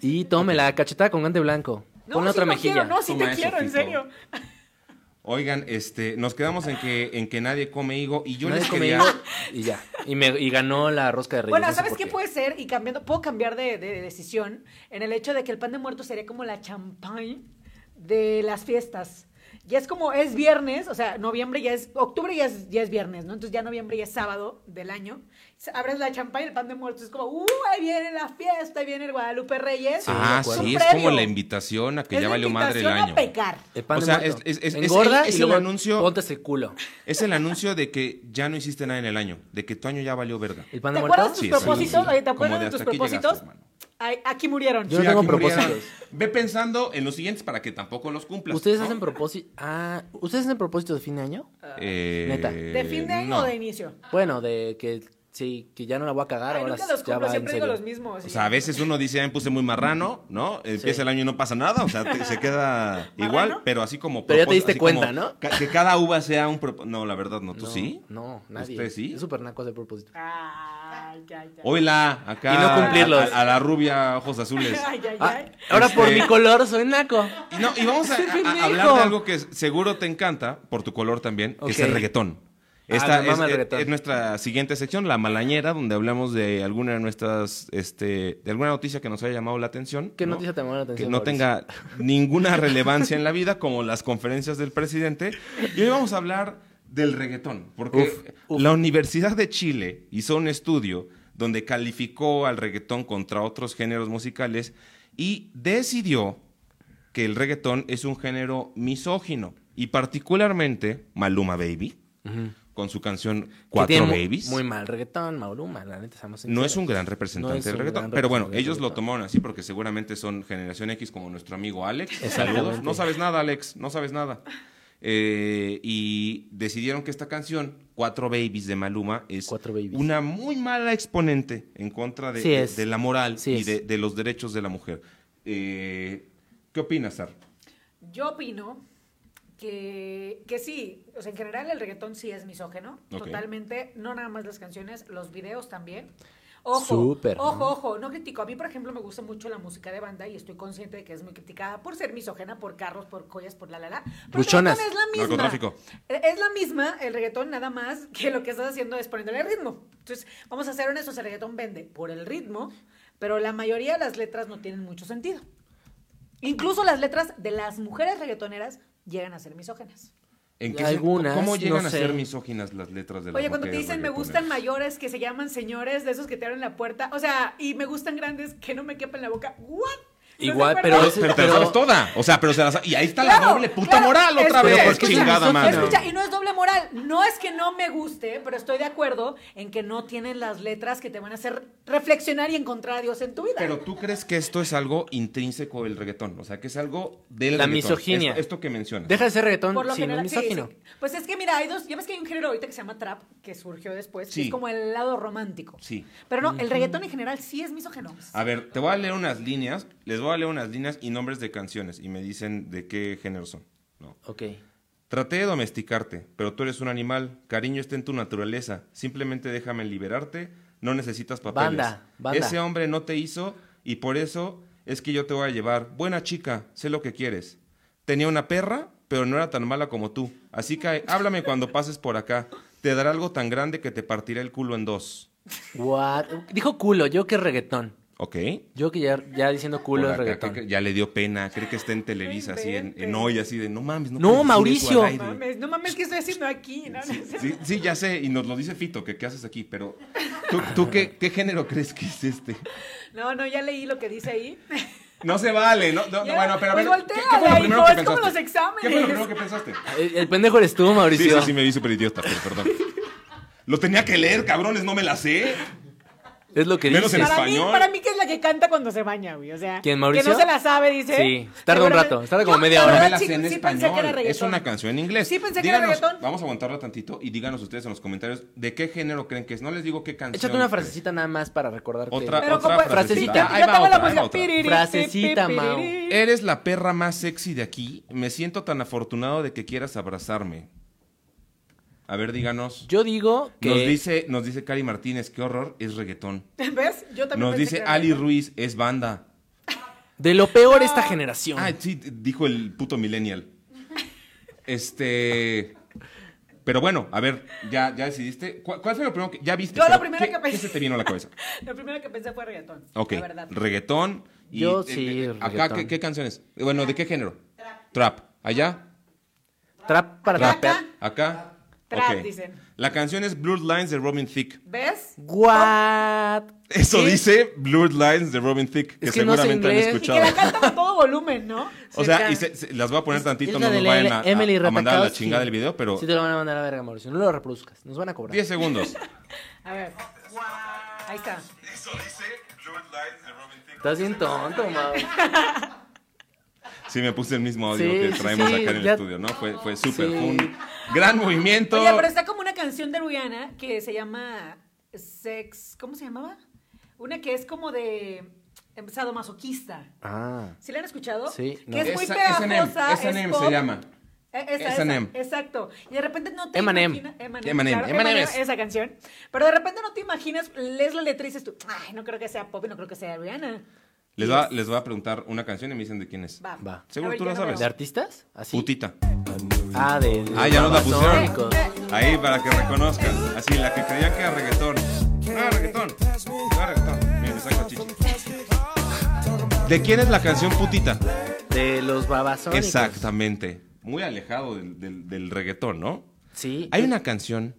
Y tómela, cachetada con guante blanco.
No,
Ponle
sí
otra
lo
mejilla.
Quiero, no, sí
Toma
te
eso,
quiero, en
Fito.
serio.
Oigan, este, nos quedamos en que, en que nadie come higo y yo
Nadie
les
come
quería...
higo y ya. Y, me, y ganó la rosca de reyes.
Bueno,
no sé
¿sabes
por
qué puede ser? Y cambiando, puedo cambiar de, de decisión en el hecho de que el pan de muerto sería como la champagne de las fiestas. Ya es como, es viernes, o sea, noviembre ya es, octubre ya es, ya es viernes, ¿no? Entonces ya noviembre ya es sábado del año. S- Abres la champagne y el pan de muerto es como, ¡uh! Ahí viene la fiesta, ahí viene el Guadalupe Reyes.
Sí,
Ah,
de acuerdo.
sí,
Un
es como
previo.
la invitación a que
Es
ya
la
valió madre el
invitación
año.
a pecar.
El pan
O
de
sea,
muerto.
es- es- es- es
Engorda
el- es
y
el
luego
anuncio-
ponte ese culo.
Es el anuncio de que ya no hiciste nada en el año, de que tu año ya valió verga.
¿El
¿Te
pan de muerto?
acuerdas de tus
Sí,
propósitos?
sí.
Oye, ¿Te
Como
acuerdas
de
de tus
hasta aquí llegaste,
propósitos?
hermano.
Ay, aquí murieron.
Yo no tengo
aquí murieron.
propósitos.
Ve pensando en los siguientes para que tampoco los cumplas.
¿Ustedes
¿no?
hacen propósito? Ah, ¿ustedes hacen propósito de fin de año?
Eh,
Neta.
¿De fin de año
no.
o de inicio?
Bueno, de que sí, que ya no la voy a cagar,
Ay,
ahora
nunca los
ya
cumplo,
va en
siempre digo
serio.
los mismos.
O
sí.
sea, a veces uno dice, "Ay, me puse muy marrano, ¿no? Empieza
Sí.
el año y no pasa nada, o sea, te- se queda igual,
¿Marrano?
pero así como...
Pero ya te
propósito,
diste
así como
cuenta, ¿no?
ca- que cada uva sea un propósito. No, la verdad, no, tú
No,
sí.
No, nadie.
¿Usted sí?
Es súper naco hacer propósito.
Ay, ay, ay.
Hola, acá...
Y no cumplirlos.
A, a la rubia ojos
[LAUGHS]
azules.
[LAUGHS] Ay, ay,
Ah,
ay.
ahora por
Este-
mi color soy naco.
Y no, y vamos a,
Soy
a- a
[LAUGHS] pendejo.
hablar de algo que s- seguro te encanta, por tu color también, que es el
Ok.
reggaetón.
Ah,
Esta
me
es,
mama el
es-
reggaetón.
es nuestra siguiente sección, la malañera, donde hablamos de alguna de nuestras, este, de alguna noticia que nos haya llamado la atención.
¿Qué
¿no?
noticia te llamó la atención?
que no
Mauricio?
tenga ninguna relevancia en la vida, como las conferencias del presidente. Y hoy vamos a hablar del reggaetón, porque
Uf, uf.
la Universidad de Chile hizo un estudio donde calificó al reggaetón contra otros géneros musicales y decidió que el reggaetón es un género misógino. Y particularmente Maluma Baby, con su canción
Que
Cuatro
tiene mu-
Babies.
Muy mal reggaetón, Mauluma, la neta, seamos
No es
sinceros.
un gran representante
No es
del
un
reggaetón.
gran
Pero bueno,
representante
ellos
del
lo
reggaetón.
tomaron así porque seguramente son generación X como nuestro amigo Alex.
[LAUGHS] Exactamente.
Saludos. No sabes nada, Alex. No sabes nada. Eh, y decidieron que esta canción, Cuatro Babies de Maluma, es
Cuatro Babies.
una muy mala exponente en contra de,
Sí
de-
es.
de la moral
Sí
y
es.
de, de los derechos de la mujer. Eh, ¿Qué opinas, Sar?
Yo opino que, que sí, o sea, en general el reggaetón sí es misógeno,
Ok.
totalmente, no nada más las canciones, los videos también. Ojo,
Súper,
ojo,
¿no?
ojo, no critico. A mí, por ejemplo, me gusta mucho la música de banda y estoy consciente de que es muy criticada por ser misógena, por carros, por joyas, por la la la. Pero el
Buchonas.
reggaetón es la misma.
Narcotráfico.
Eh, Es la misma el reggaetón, nada más que lo que estás haciendo es poniéndole ritmo. Entonces, vamos a ser honestos, el reggaetón vende por el ritmo, pero la mayoría de las letras no tienen mucho sentido. Incluso las letras de las mujeres reggaetoneras llegan a ser misógenas.
¿En qué se-
Algunas,
¿Cómo
no
llegan a
sé.
ser misóginas las letras de la
Oye, cuando te dicen me gustan mayores que se llaman señores, de esos que te abren la puerta, o sea, y me gustan grandes que no me quepan la boca, ¿what? ¿No se
Igual,
acuerdan?
pero es-
Pero te la
Pero-
sabes toda. O sea, pero se la sa- Y ahí está la
Claro,
doble puta
claro.
moral otra
Escucha,
vez.
Pero ¿por qué es
chingada
misógino?
madre.
Escucha, y no es doble moral. No es que no me guste, pero estoy de acuerdo en que no tienen las letras que te van a hacer reflexionar y encontrar a Dios en tu vida.
Pero tú crees que esto es algo intrínseco del reggaetón, o sea, que es algo de
La misoginia.
Esto, esto que mencionas.
Deja de ser
Por
reggaetón
lo
sin un
general, sí,
misógino.
sí. Pues es que mira, hay dos, ya ves que hay un género ahorita que se llama trap, que surgió después, que
Sí.
es como el lado romántico.
Sí. Ah,
Pero no, el reggaetón en general sí es misógeno.
A ver, te voy a leer unas líneas, les voy a leer unas líneas y nombres de canciones y me dicen de qué género son. No.
Ok.
Traté de domesticarte, pero tú eres un animal, cariño está en tu naturaleza, simplemente déjame liberarte, no necesitas papeles.
Banda, banda.
Ese hombre no te hizo y por eso es que yo te voy a llevar. Buena chica, sé lo que quieres. Tenía una perra, pero no era tan mala como tú. Así que háblame cuando pases por acá. Te dará algo tan grande que te partirá el culo en dos.
What? Dijo culo, yo que reggaetón.
¿Ok.
Yo que ya, ya diciendo culo
Por
es
acá,
reggaetón.
creo que ya le dio pena, cree que está en Televisa, así en, en hoy, así de no mames. No,
No,
puedes decir
Mauricio.
eso al
No
aire".
mames, no mames, ¿qué estoy haciendo aquí? No, no sé.
Sí, sí, ya sé, y nos lo dice Fito, que qué haces aquí, pero ¿tú, tú qué, qué género crees que es este?
No, no, ya leí lo que dice ahí.
No se vale, no, no, no,
Ya,
bueno, pero a ver, ¿qué,
pues
qué
voltea,
fue lo primero
hijo,
que
es como
pensaste?
los exámenes.
¿Qué fue lo primero que pensaste?
El, el pendejo eres tú,
Sí,
Mauricio.
sí, sí, me vi súper idiota, pero perdón. Lo tenía que leer, cabrones, no me la sé.
Es lo que
Menos
dice.
en
Para mí,
español.
para mí que es la que canta cuando se baña, güey. O sea,
¿Quién, Mauricio?
que no se la sabe, dice.
Sí, tarda un
Seguramente-
rato, tarda como
Yo,
media
la
hora.
Ahora
verdad,
me la
sí-
sé en
sí pensé que
español.
era
es
reggaetón.
una canción en inglés.
Sí pensé que era
Díganos,
reggaetón.
Vamos a aguantarla tantito y díganos ustedes en los comentarios de qué género creen que es. No les digo qué canción.
Échate una frasecita nada más para recordar
Otra,
Pero
otra
como-
Frasecita. Ahí
Yo
va
tengo
otra,
la
ahí va
música.
otra.
piriri,
Frasecita,
pi, pi,
Mau.
piriri.
Eres la perra más sexy de aquí. Me siento tan afortunado de que quieras abrazarme. A ver, díganos.
Yo digo que.
Nos dice, nos dice Cari Martínez, qué horror, es reggaetón.
¿Ves? Yo
Nos
también pensé que
dice
era
Ali
reggaetón.
Ruiz, es banda.
De lo peor esta generación.
Ah, sí, dijo el puto millennial. Este. Pero bueno, a ver, ya, ya decidiste. ¿Cuál, cuál fue lo primero que ya viste?
Yo lo
Pero,
primero
¿qué-
que pensé-
¿Qué se te vino a la
[LAUGHS]
cabeza?
Lo primero que pensé fue reggaetón.
Ok,
La verdad.
reggaetón. Y,
Yo sí,
Acá,
reggaetón.
¿qué, qué canciones? Eh, Bueno, ¿de qué género? Trap. ¿Allá?
Trap para
Trap.
rapear.
¿Acá?
Trap,
Ok.
dicen.
La canción es Blurred Lines de Robin Thicke.
¿Ves?
What?
Eso
¿Qué?
dice Blurred Lines de Robin Thicke, que,
Es que no sé
seguramente
inglés.
han
Y que la
escuchado.
cantan a todo volumen, ¿no?
O sea, y se- se- las voy a poner tantito,
Es
no
la
nos
de
vayan a,
la
a-
Emily
a mandar a la
Ratajkowski.
chingada del video, pero
Sí te lo van a mandar a la verga, Mauricio. No lo reproduzcas. Nos van a cobrar.
10
[LAUGHS]
segundos.
A ver. Ahí está.
Estás bien tonto, Mau.
Sí, me puse el mismo audio
Sí,
que
sí,
traemos
sí,
acá en el
ya-
estudio, ¿no? Fue, fue súper,
Sí.
fue un gran movimiento.
Oye, pero está como una canción de Rihanna que se llama Sex. ¿Cómo se llamaba? Una que es como de em, sadomasoquista.
Ah,
¿Sí la han escuchado?
Sí,
Que
no.
es muy
Esa- esa nem,
pegajosa.
esa
es
nem
pop.
E se llama.
Eh, Esa,
Esa
esa,
nem.
Exacto. Y de repente no te
Eminem.
imaginas. Eminem,
Eminem,
claro,
Eminem
Eminem,
es.
esa canción. Pero de repente no te imaginas, lees la letra y dices tú, ay, no creo que sea pop y no creo que sea Rihanna.
Les, va, les voy a preguntar una canción y me dicen de quién es.
Va.
Va.
Seguro
A ver,
tú
yo
la
no veo.
sabes.
¿de artistas? Así.
Putita.
Ah, de. de
Ah, ya nos la pusieron.
babasónicos.
Ahí para que reconozcan. Así, la que creían que era reggaetón. No era reggaetón. No era reggaetón. Miren, me saco chichi. ¿De quién es la canción Putita?
De los babasónicos.
Exactamente. Muy alejado del, del- del reggaetón, ¿no?
Sí.
Hay una canción.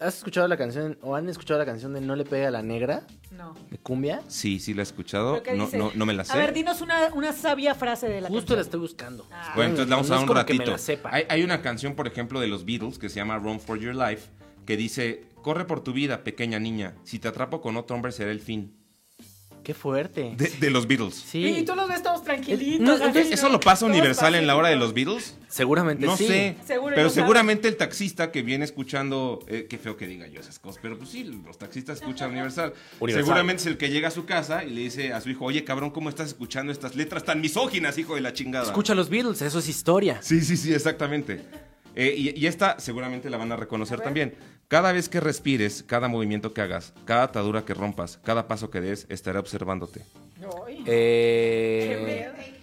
¿Has escuchado la canción o han escuchado la canción de No le pegue a la negra
No.
de cumbia?
Sí, sí la he escuchado.
¿Pero qué
No,
dice?
no, no me la sé.
A ver, dinos una, una sabia frase de la
Justo la
canción.
estoy buscando.
Ah.
Bueno, entonces la vamos a
No
dar
es
un
como que me
ratito.
la sepa.
Hay, hay una canción, por ejemplo, de los Beatles que se llama Run for Your Life, que dice: Corre por tu vida, pequeña niña. Si te atrapo con otro hombre, será el fin.
Qué fuerte.
De, de los Beatles.
Sí. Eh,
Y tú los ves todos tranquilitos.
No,
así,
entonces,
¿no?
¿Eso lo pasa
Todos
Universal en la hora de
pacificados.
los Beatles?
Seguramente
No
sí.
sé.
Seguro
pero
no sabe.
seguramente el taxista que viene escuchando. eh, qué feo que diga yo esas cosas. Pero pues sí, los taxistas escuchan Universal.
Universal.
Seguramente es el que llega a su casa y le dice a su hijo: Oye, cabrón, ¿cómo estás escuchando estas letras tan misóginas, hijo de la chingada?
Escucha los Beatles, eso es historia.
Sí, sí, sí, exactamente. Eh, y, y esta seguramente la van a reconocer también. Cada vez que respires, cada movimiento que hagas, cada atadura que rompas, cada paso que des, estará observándote.
Ay, qué
Eh,
miedo.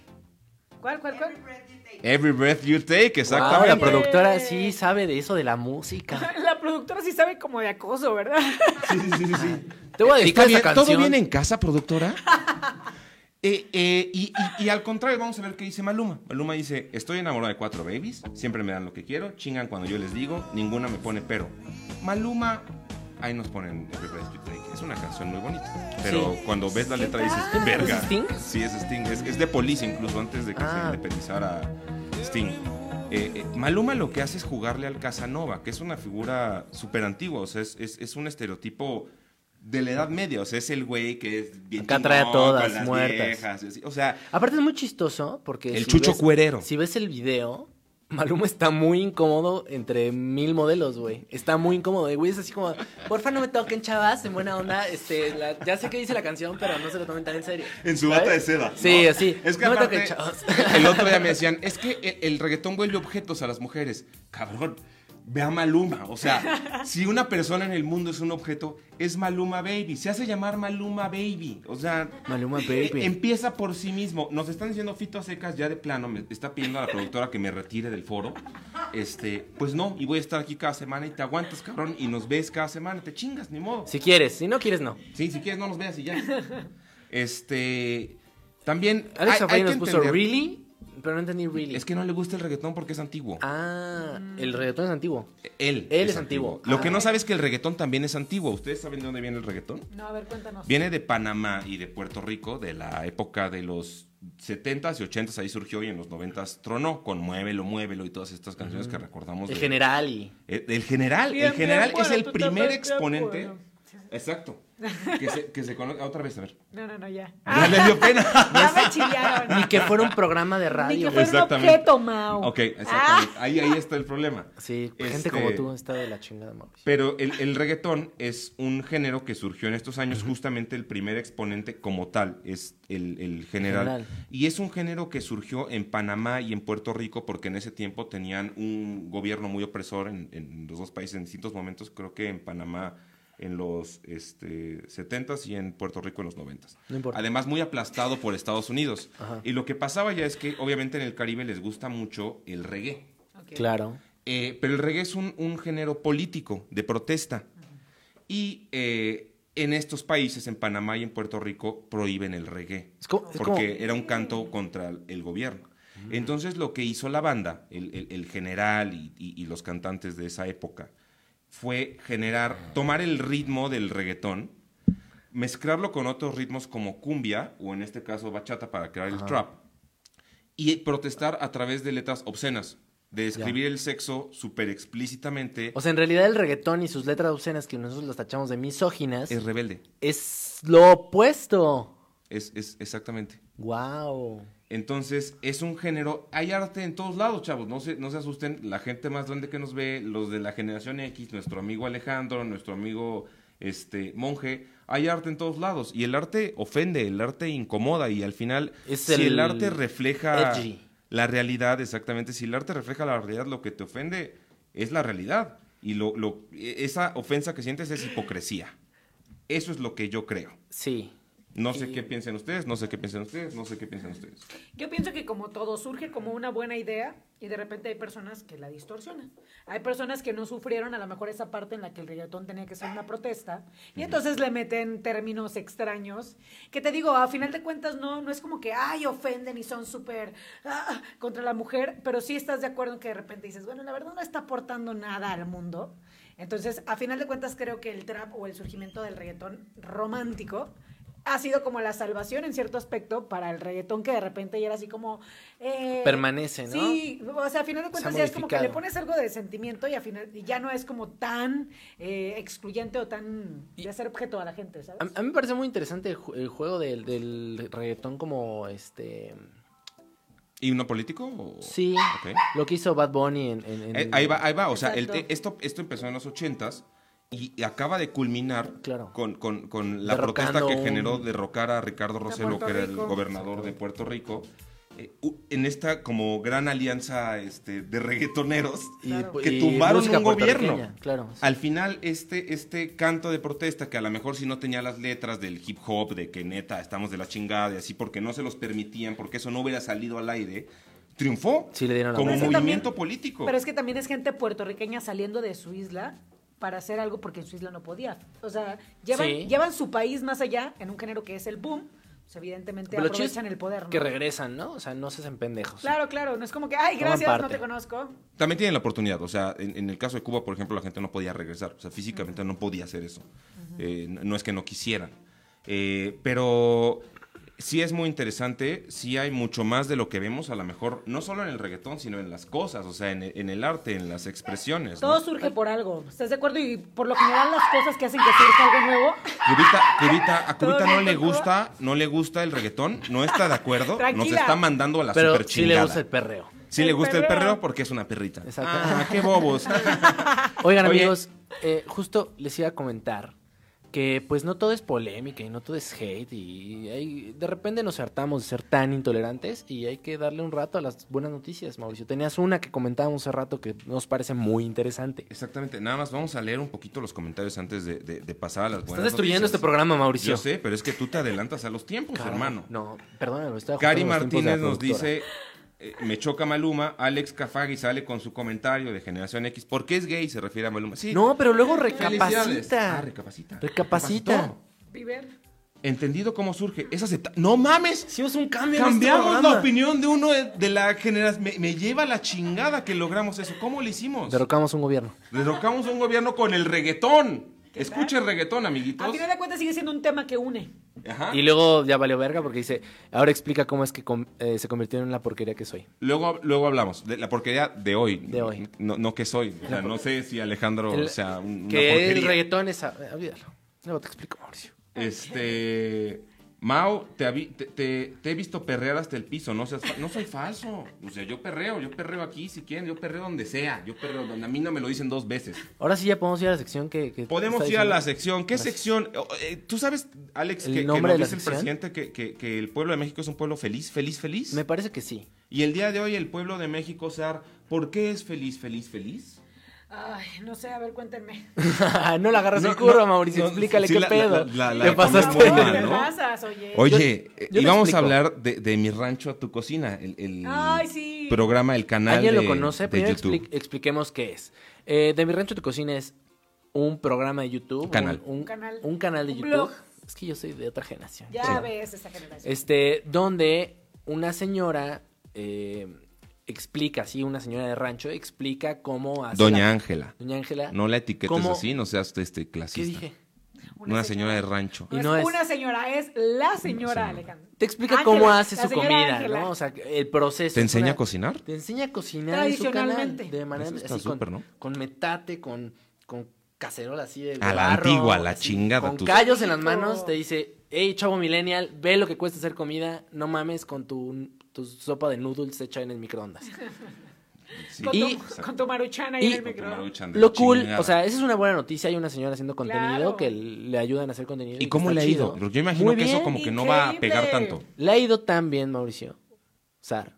¿Cuál, cuál, cuál?
Every breath you take,
wow, Ah, la
exactamente.
productora sí sabe de eso de la música.
La productora sí sabe como de acoso, ¿verdad? [LAUGHS]
Te voy a
¿Está
dedicar esa
bien?
canción.
¿Todo bien en casa,
[LAUGHS]
productora? Eh, eh, y, y- y al contrario, vamos a ver qué dice Maluma. Maluma dice, estoy enamorado de cuatro babies, siempre me dan lo que quiero, chingan cuando yo les digo, ninguna me pone pero. Maluma, ahí nos ponen Every Breath You Take. Es una canción muy bonita, pero
Sí.
cuando ves la letra dices,
tal?
verga.
¿Es Sting?
Sí, es Sting, es, es de Police incluso, antes de que
Ah.
se independizara Sting. Eh, eh, Maluma lo que hace es jugarle al Casanova, que es una figura súper antigua, o sea, es, es- es un estereotipo de la Edad Media, o sea, es el güey que es bien
Acá trae a
chingón, con
todas
las
muertas.
viejas, y así, o sea,
Aparte es muy chistoso porque...
El chucho
ves-
cuerero.
Si ves el video, Maluma está muy incómodo entre mil modelos, güey. Está muy incómodo. Y güey es así como, porfa no me toquen, chavas, en buena onda. Este, la- ya sé que dice la canción, pero no se lo tomen tan en serio.
En su
¿Sabes?
bata de seda.
Sí,
¿no?
así.
Es que
no
aparte,
me
[LAUGHS]
toquen, chavas.
el otro día me decían, es que el, el reggaetón vuelve objetos a las mujeres. Cabrón, ve a Maluma. O sea, si una persona en el mundo es un objeto, es Maluma Baby. Se hace llamar Maluma Baby. O sea...
Maluma
eh,
Baby.
Empieza por sí mismo. Nos están diciendo Fito a secas ya de plano. Me está pidiendo a la productora que me retire del foro. Este, pues no, y voy a estar aquí cada semana y te aguantas, cabrón, y nos ves cada semana. Te chingas, ni modo.
Si quieres, si no quieres, no.
Sí, si quieres no nos veas y ya. Este, también
Alex
hay-
Afraid
hay
nos
que
puso
entender-
Really, pero no entendí Really.
Es que no le gusta el reggaetón porque es antiguo.
Ah, el reggaetón es antiguo.
Él.
Él es antiguo.
Lo que
Ah.
no sabe es que el reggaetón también es antiguo. ¿Ustedes saben de dónde viene el reggaetón?
No, a ver, cuéntanos.
Viene de Panamá y de Puerto Rico, de la época de los 70s y 80s, ahí surgió y en los 90s tronó con Muévelo, Muévelo y todas estas canciones que recordamos.
El
de-
general y...
El, el general,
Bien,
el general
bien,
es
bueno,
el
tú
primer
también, bien,
exponente.
bueno.
Exacto. Que se, que se conozca. Otra vez, a ver.
No, no, no, ya.
Ya [LAUGHS] le dio pena.
Ya me chillaron.
Ni que fuera un programa de
Ni
radio.
que
güey.
fuera un
Exactamente.
objeto, Ah. Mau.
Ok, exactamente. Ahí, ahí está el problema.
Sí, gente
Este-
como tú está de la chingada, Mauricio.
Pero el, el reggaetón es un género que surgió en estos años, justamente el primer exponente como tal es el, el general.
General.
Y es un género que surgió en Panamá y en Puerto Rico porque en ese tiempo tenían un gobierno muy opresor en, en los dos países en distintos momentos, creo que en Panamá en los este, 70s y en Puerto Rico en los 90s.
No importa.
Además, muy aplastado por Estados Unidos.
Ajá.
Y lo que pasaba ya es que obviamente en el Caribe les gusta mucho el reggae.
Ok.
Claro.
Eh, pero el reggae es un, un género político, de protesta. Y eh, en estos países, en Panamá y en Puerto Rico, prohíben el reggae.
Es como- es como-
porque era un canto contra el gobierno. Entonces lo que hizo la banda, el, el- el general y, y- y los cantantes de esa época, fue generar, tomar el ritmo del reggaetón, mezclarlo con otros ritmos como cumbia, o en este caso bachata para crear el trap, y protestar a través de letras obscenas, de describir el sexo súper explícitamente.
O sea, en realidad el reggaetón y sus letras obscenas que nosotros las tachamos de misóginas
es
es,
rebelde,
lo opuesto.
es, es exactamente.
Wow.
Entonces, es un género, hay arte en todos lados, chavos, no se, no se asusten, la gente más grande que nos ve, los de la generación X, nuestro amigo Alejandro, nuestro amigo este monje, hay arte en todos lados y el arte ofende, el arte incomoda y al final
Es
si el,
el
arte refleja
edgy.
la realidad, exactamente, si el arte refleja la realidad, lo que te ofende es la realidad y lo, lo- e- esa ofensa que sientes es hipocresía. Eso es lo que yo creo.
Sí.
No sé qué piensen ustedes, no sé qué piensen ustedes, no sé qué piensen ustedes.
Yo pienso que como todo surge como una buena idea y de repente hay personas que la distorsionan. Hay personas que no sufrieron a lo mejor esa parte en la que el reggaetón tenía que ser una protesta y entonces le meten términos extraños que te digo, a final de cuentas no, no es como que, ay, ofenden y son súper ah, contra la mujer, pero sí estás de acuerdo en que de repente dices, bueno, la verdad no está aportando nada al mundo. Entonces, a final de cuentas creo que el trap o el surgimiento del reggaetón romántico ha sido como la salvación en cierto aspecto para el reggaetón que de repente ya era así como... eh,
Permanece, ¿no?
Sí, o sea, a final de
Se ha
cuentas ya es como que le
modificado.
pones algo de sentimiento y, a final, y ya no es como tan eh, excluyente o tan de hacer objeto a la gente, ¿sabes?
A, a mí me parece muy interesante el, ju- el juego del, del reggaetón como este...
¿Himno político? o-
Sí.
Ok.
Lo que hizo Bad Bunny en... en- en-
Eh, ahí va, ahí va. O sea, el te-
Exacto.
esto, esto empezó en los ochentas y y acaba de culminar
Claro.
con, con- con la
Derrocando
protesta que
un-
generó derrocar a Ricardo Roselo,
Puerto
que era el
Rico.
gobernador de Puerto Rico, eh, u- en esta como gran alianza este, de reggaetoneros
Claro.
que tumbaron
música
un gobierno.
puertorriqueña, Claro.
Al final, este, este canto de protesta, que a lo mejor si no tenía las letras del hip hop, de que neta, estamos de la chingada y así, porque no se los permitían, porque eso no hubiera salido al aire, triunfó
Sí, le dieron la
como movimiento
vuelta. Pero es que también-
político.
Pero es que también es gente puertorriqueña saliendo de su isla para hacer algo porque en su isla no podía. O sea, llevan,
Sí.
llevan su país más allá en un género que es el boom. Pues evidentemente
Pero lo chido
aprovechan
es
el poder. ¿no?
Que regresan, ¿no? O sea, no se hacen pendejos.
Claro, claro. No es como que, ay,
Forman
gracias, no
parte.
te conozco.
También tienen la oportunidad, o sea, en, en el caso de Cuba, por ejemplo, la gente no podía regresar, o sea, físicamente no podía hacer eso. Eh, no no es que no quisieran. Eh, pero sí es muy interesante, sí hay mucho más de lo que vemos, a lo mejor, no solo en el reggaetón, sino en las cosas, o sea, en, el- en el arte, en las expresiones. ¿no?
Todo surge por algo. ¿Estás de acuerdo? Y por lo general las cosas que hacen que surja algo nuevo.
Cubita, Cubita, a Cubita
Todo
no
bien,
le
por favor.
gusta, no le gusta el reggaetón, no está de acuerdo, nos
Tranquila.
está mandando a la
Pero
super
sí le
chingada.
gusta el perreo.
Sí le
El
gusta el
perreo.
perreo porque es una perrita.
Exacto.
Ah, qué
[LAUGHS]
bobos.
Oigan,
Oye.
amigos, eh, justo les iba a comentar que pues no todo es polémica y no todo es hate y hay- de repente nos hartamos de ser tan intolerantes y hay que darle un rato a las buenas noticias, Mauricio. Tenías una que comentábamos hace rato que nos parece muy interesante.
Exactamente, nada más vamos a leer un poquito los comentarios antes de, de- de pasar a las buenas
Estás destruyendo
noticias.
este programa, Mauricio.
Yo sé, pero es que tú te adelantas a los tiempos,
Caray,
hermano.
No, perdóname, estaba
Cari
ajustando los tiempos de
Martínez
la
nos
productora.
dice, eh, me choca Maluma, Alex Cafagui sale con su comentario de Generación X, ¿por qué es gay? Se refiere a Maluma. Sí,
No, pero luego
felicidades. Ah,
recapacita.
recapacita.
Recapacita.
Recapacitó.
Viver.
Entendido cómo surge, es acepta... ¡No mames!
Hicimos un cambio en este
Cambiamos la
programa.
opinión de uno de, de la generación. Me, me lleva la chingada que logramos eso. ¿Cómo lo hicimos?
Derrocamos un gobierno.
Derrocamos un gobierno con el reggaetón. Escuche reggaetón, amiguitos.
Al final de cuentas sigue siendo un tema que une.
Ajá.
Y luego ya valió verga porque dice, ahora explica cómo es que com- eh, se convirtió en la porquería que soy.
Luego, luego hablamos de la porquería de hoy.
De hoy.
No, no que soy. O sea, no sé si Alejandro,
El-
o sea, un- una
que el
porquería.
reggaetón es... a- Olvídalo. Luego te explico, Mauricio.
Este. Mao, te, avi- te, te- te he visto perrear hasta el piso, no seas fa- no soy falso. O sea, yo perreo, yo perreo aquí si quieren, yo perreo donde sea, yo perreo donde a mí no me lo dicen dos veces.
Ahora sí ya podemos ir a la sección que... que
Podemos
está
ir a la
diciendo.
sección. ¿Qué
Gracias.
sección? Oh, eh, Tú sabes, Alex,
¿El
que, que
nombre
nos
de la
dice el
sección?
presidente que, que- que el pueblo de México es un pueblo feliz, feliz, feliz.
Me parece que sí. [LAUGHS]
Y el día de hoy el pueblo de México, Sar, ¿por qué es feliz, feliz, feliz?
Ay, no sé, a ver, cuéntenme.
no la agarras
No,
el curro,
no,
Mauricio.
no,
explícale
sí,
qué
la-
pedo.
la- la- la
Te
de
Por
pasaste.
Comida
favor,
Mona,
me
¿no?
pasas, oye.
Oye,
Yo-
eh,
yo
y
le
vamos
explico.
a hablar de, de Mi Rancho a tu Cocina, el, el
Ay, sí.
programa, el canal
[LAUGHS] ¿Alguien
de,
lo conoce?
de
Primero
YouTube.
expli- expliquemos qué es. Eh, de mi rancho a tu cocina es un programa de YouTube.
Canal.
Un, un-
Un canal.
un canal de
Un
YouTube.
blog.
Es que yo soy de otra generación.
Ya
Sí.
ves esa generación.
Este, donde una señora eh, explica, sí, una señora de rancho explica cómo hace.
Doña
Ah, la-
Ángela.
Doña Ángela.
No la etiquetes
¿Cómo?
así, no seas este
¿Qué
clasista.
dije?
Una, señora de rancho.
Y
es
no es-
una señora, es la señora
señora.
Alejandra.
Te explica
Ángela,
cómo hace
la
su
señora
comida,
Ángela.
¿no? O sea, el proceso.
¿Te
es
enseña
una-
a cocinar?
Te enseña a cocinar en su canal
Tradicionalmente.
de manera
Eso está
así
súper,
con,
¿no?
con metate, con, con cacerola así de
A la
barro,
antigua, a la
así,
chingada,
Con
tus-
callos en las
Rico.
manos, te dice, hey, chavo millennial, ve lo que cuesta hacer comida, no mames con tu, tu sopa de noodles hecha en el microondas.
Sí.
Con,
Y-
tu, con tu maruchana
y-
y, en
Con
el
Con tu
micro.
maruchan de
Lo
la
cool,
chingada.
o sea, esa es una buena noticia, hay una señora haciendo contenido
Claro.
que le ayudan a hacer contenido.
¿Y
que
cómo
está
le ha ido?
chido.
Yo imagino
Muy
que eso
bien.
como que no va a pegar
increíble.
tanto.
Le ha ido tan bien, Mauricio, Sar,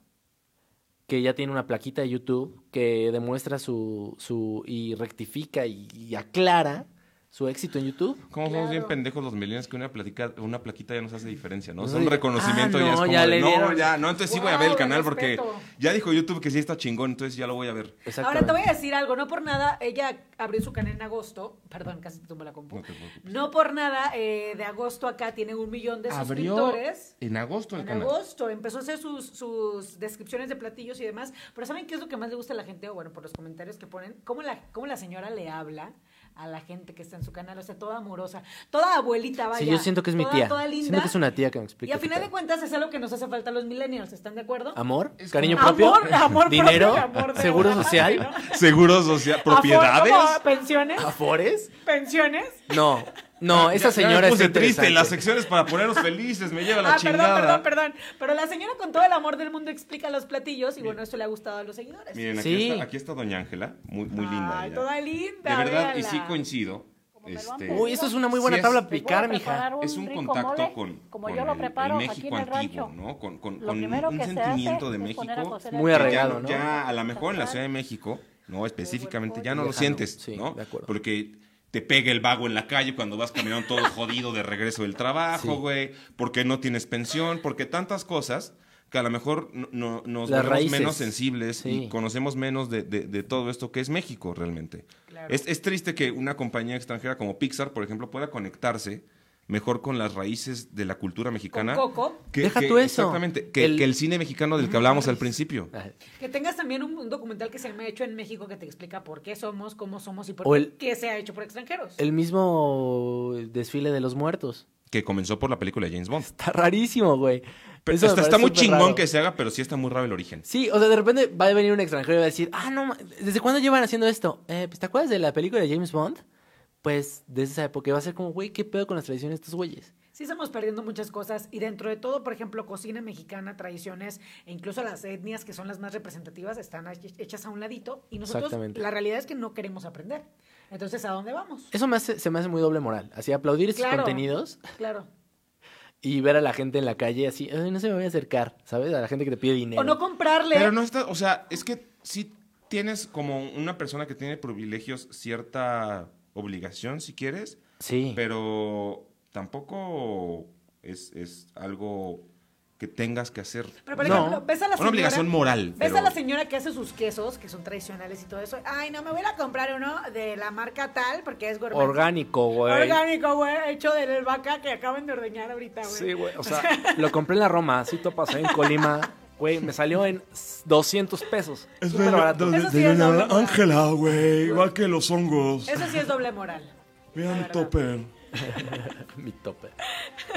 que ya tiene una plaquita de YouTube que demuestra su, su y rectifica y, y aclara su éxito en YouTube.
¿Cómo somos bien
Claro.
pendejos los millennials que una, platica- una plaquita ya nos hace diferencia, ¿no?
No
Es un
diga-
reconocimiento
Ah,
ya
no,
es como
ya
de,
le
no,
dieron-
ya, no, entonces sí voy a ver el
Wow,
canal
el
porque
respeto.
ya dijo YouTube que sí está chingón, entonces ya lo voy a ver.
Exactamente.
Ahora te voy a decir algo, no por nada, ella abrió su canal en agosto, perdón, casi te tumbo la compu.
No
No,
te preocupes.
por nada, eh, de agosto acá tiene un millón de suscriptores.
en agosto el
En
canal.
agosto empezó a hacer sus, sus descripciones de platillos y demás, pero ¿saben qué es lo que más le gusta a la gente? O bueno, por los comentarios que ponen, ¿cómo la, cómo la señora le habla a la gente que está en su canal? O sea, toda amorosa, toda abuelita, vaya.
Sí, yo siento que es mi
toda-
tía.
Toda linda.
Siento que es una tía que me explica.
Y a
qué
final de
pedo.
cuentas es algo que nos hace falta a los millennials, ¿están de acuerdo?
¿Amor?
Es
¿Cariño
como-
propio?
Amor, amor propio,
¿Dinero?
amor de-
¿Seguro
Ajá,
social?
¿no? [LAUGHS]
Seguro social, propiedades.
¿Cómo? ¿Pensiones?
¿Afores?
¿Pensiones?
No, no, esa
Ya- ya me
señora es
puse triste,
interesante.
las secciones para ponernos felices, me lleva la
Ah,
chingada.
perdón, perdón, perdón. Pero la señora con todo el amor del mundo explica los platillos y bueno, eso le ha gustado a los seguidores.
Miren, aquí,
Sí.
está, aquí está Doña Ángela, muy, muy linda
Ay,
ella.
toda linda.
De verdad, y
véanla.
sí coincido.
Como
Este,
peruano.
Uy, esto es una muy
Sí
buena
es-
tabla a
Les voy a
picar, mija.
preparar
es un
rico
contacto
mole,
con,
como
con
yo lo
el- el
preparo aquí en
México
el
antiguo,
rancho.
¿no? Con, con-
Lo
con
primero
un
que se
sentimiento
hace
de
es poner a
México.
cocer
Muy
el
que
arraigado,
ya,
¿no?
ya a lo mejor en la Ciudad de México, no específicamente, ya no lo
Lejano,
sientes,
sí,
¿no?
de acuerdo.
Porque te pega el vago en la calle cuando vas caminando todo jodido de regreso del trabajo,
Sí.
güey, porque no tienes pensión, porque tantas cosas que a lo mejor no- no- nos
Las
volvemos
raíces.
menos sensibles
Sí.
y conocemos menos de, de- de todo esto que es México realmente.
Claro.
Es, es triste que una compañía extranjera como Pixar, por ejemplo, pueda conectarse mejor con las raíces de la cultura mexicana.
Coco.
Que,
Deja
que-
tú eso.
Exactamente, que que
El-
el... cine mexicano del que hablábamos al principio.
Ah,
Que tengas también un, un documental que se me ha hecho en México que te explica por qué somos, cómo somos y por
O el-
qué se ha hecho por extranjeros.
El mismo desfile de los muertos.
que comenzó por la película de James Bond.
Está rarísimo, güey.
Pero
Eso me
está, está
parece
muy
súper
chingón
raro.
que se haga, pero sí está muy raro el origen.
Sí, o sea, de repente va a venir un extranjero y va a decir, ah, no, ma- ¿desde cuándo llevan haciendo esto? Eh, pues, ¿te acuerdas de la película de James Bond? Pues, desde esa época, y va a ser como, güey, ¿qué pedo con las tradiciones de estos güeyes?
Sí estamos perdiendo muchas cosas y dentro de todo, por ejemplo, cocina mexicana, tradiciones e incluso las etnias que son las más representativas están he- hechas a un ladito y nosotros
Exactamente.
la realidad es que no queremos aprender. Entonces, ¿a dónde vamos?
Eso me hace, se me hace muy doble moral. Así, aplaudir estos
Claro.
contenidos
Claro.
y ver a la gente en la calle así, "Ay, no se me voy a acercar, ¿sabes? A la gente que te pide dinero.
O no comprarle.
Pero no está, o sea, es que sí tienes como una persona que tiene privilegios cierta obligación, si quieres,
Sí.
pero tampoco es, es algo que tengas que hacer.
Pero, por
No.
ejemplo, ves a la
Una
señora.
obligación moral,
Ves
pero-
a la señora que hace sus quesos, que son tradicionales y todo eso. Ay, no, me voy a ir a comprar uno de la marca tal porque es gourmet.
Orgánico, güey.
Orgánico, güey. Hecho de la vaca que acaban de ordeñar ahorita, güey.
Sí, güey. O
[LAUGHS]
sea, lo compré en la Roma, así topas ahí en Colima. Güey, me salió en 200 pesos. Es barato.
Eso sí es doble moral.
Ángela, güey, igual que los hongos.
Eso sí es doble moral.
Mira
la
mi
verdad.
topper.
Mi tope.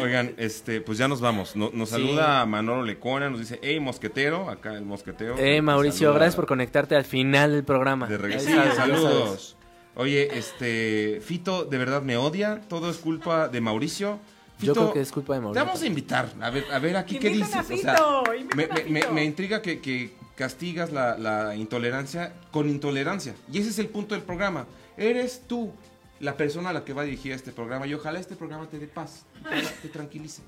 Oigan, este, pues ya nos vamos. No- nos
Sí.
saluda Manolo Lecona, nos dice, hey, mosquetero, acá el mosquetero.
Eh,
Nos
Mauricio,
pues, saluda.
gracias por conectarte al final del
[LAUGHS]
programa.
De regreso.
Ahí sabes,
Sí,
ya sabes.
saludos. Oye, este, Fito de verdad me odia, todo es culpa de Mauricio. Fito,
Yo creo que es culpa de Mauricio.
Te vamos a invitar, a ver, a ver aquí qué
Invitan a
dices. o sea,
Fito, invitan
me,
a
me- me-
Fito.
me intriga que, que castigas la, la intolerancia con intolerancia. Y ese es el punto del programa. Eres tú la persona a la que va a dirigir este programa y ojalá este programa te dé paz, ojalá te tranquilice.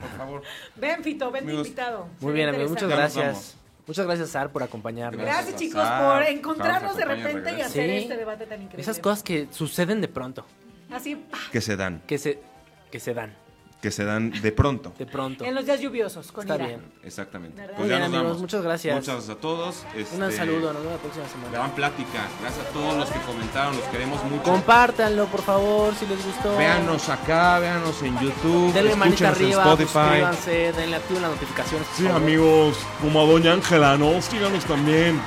Por favor.
Ven, Fito, ven de
Amigos,
invitado.
Muy
Será
bien, amigos, muchas
interesante.
Ya nos
gracias.
vamos.
Muchas gracias, Sar, por acompañarnos.
Gracias.
Gracias, chicos,
Ah,
por encontrarnos de
vamos, acompaña,
repente y
regresa.
hacer
Sí.
este debate tan increíble.
Esas cosas que suceden de pronto,
Así, pa,
Que se dan,
que se, que se dan
que se dan de pronto.
de pronto.
en los días lluviosos con
Está
Ira.
bien.
Exactamente.
¿Verdad?
Pues
Muy
ya
bien,
nos
amigos,
vamos.
muchas gracias.
Muchas gracias a todos. este,
Un saludo, nos vemos la próxima semana.
Gran plática. Gracias a todos los que comentaron, los queremos mucho.
Compártanlo, por favor, si les gustó.
Véanos acá, véanos en YouTube,
Denle manita
escúchenos
arriba,
en Spotify.
suscríbanse, denle activen las notificaciones. por
Sí,
favor.
amigos, como a Doña Ángela, ¿no? Síganos también.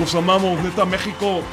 Los amamos, neta México.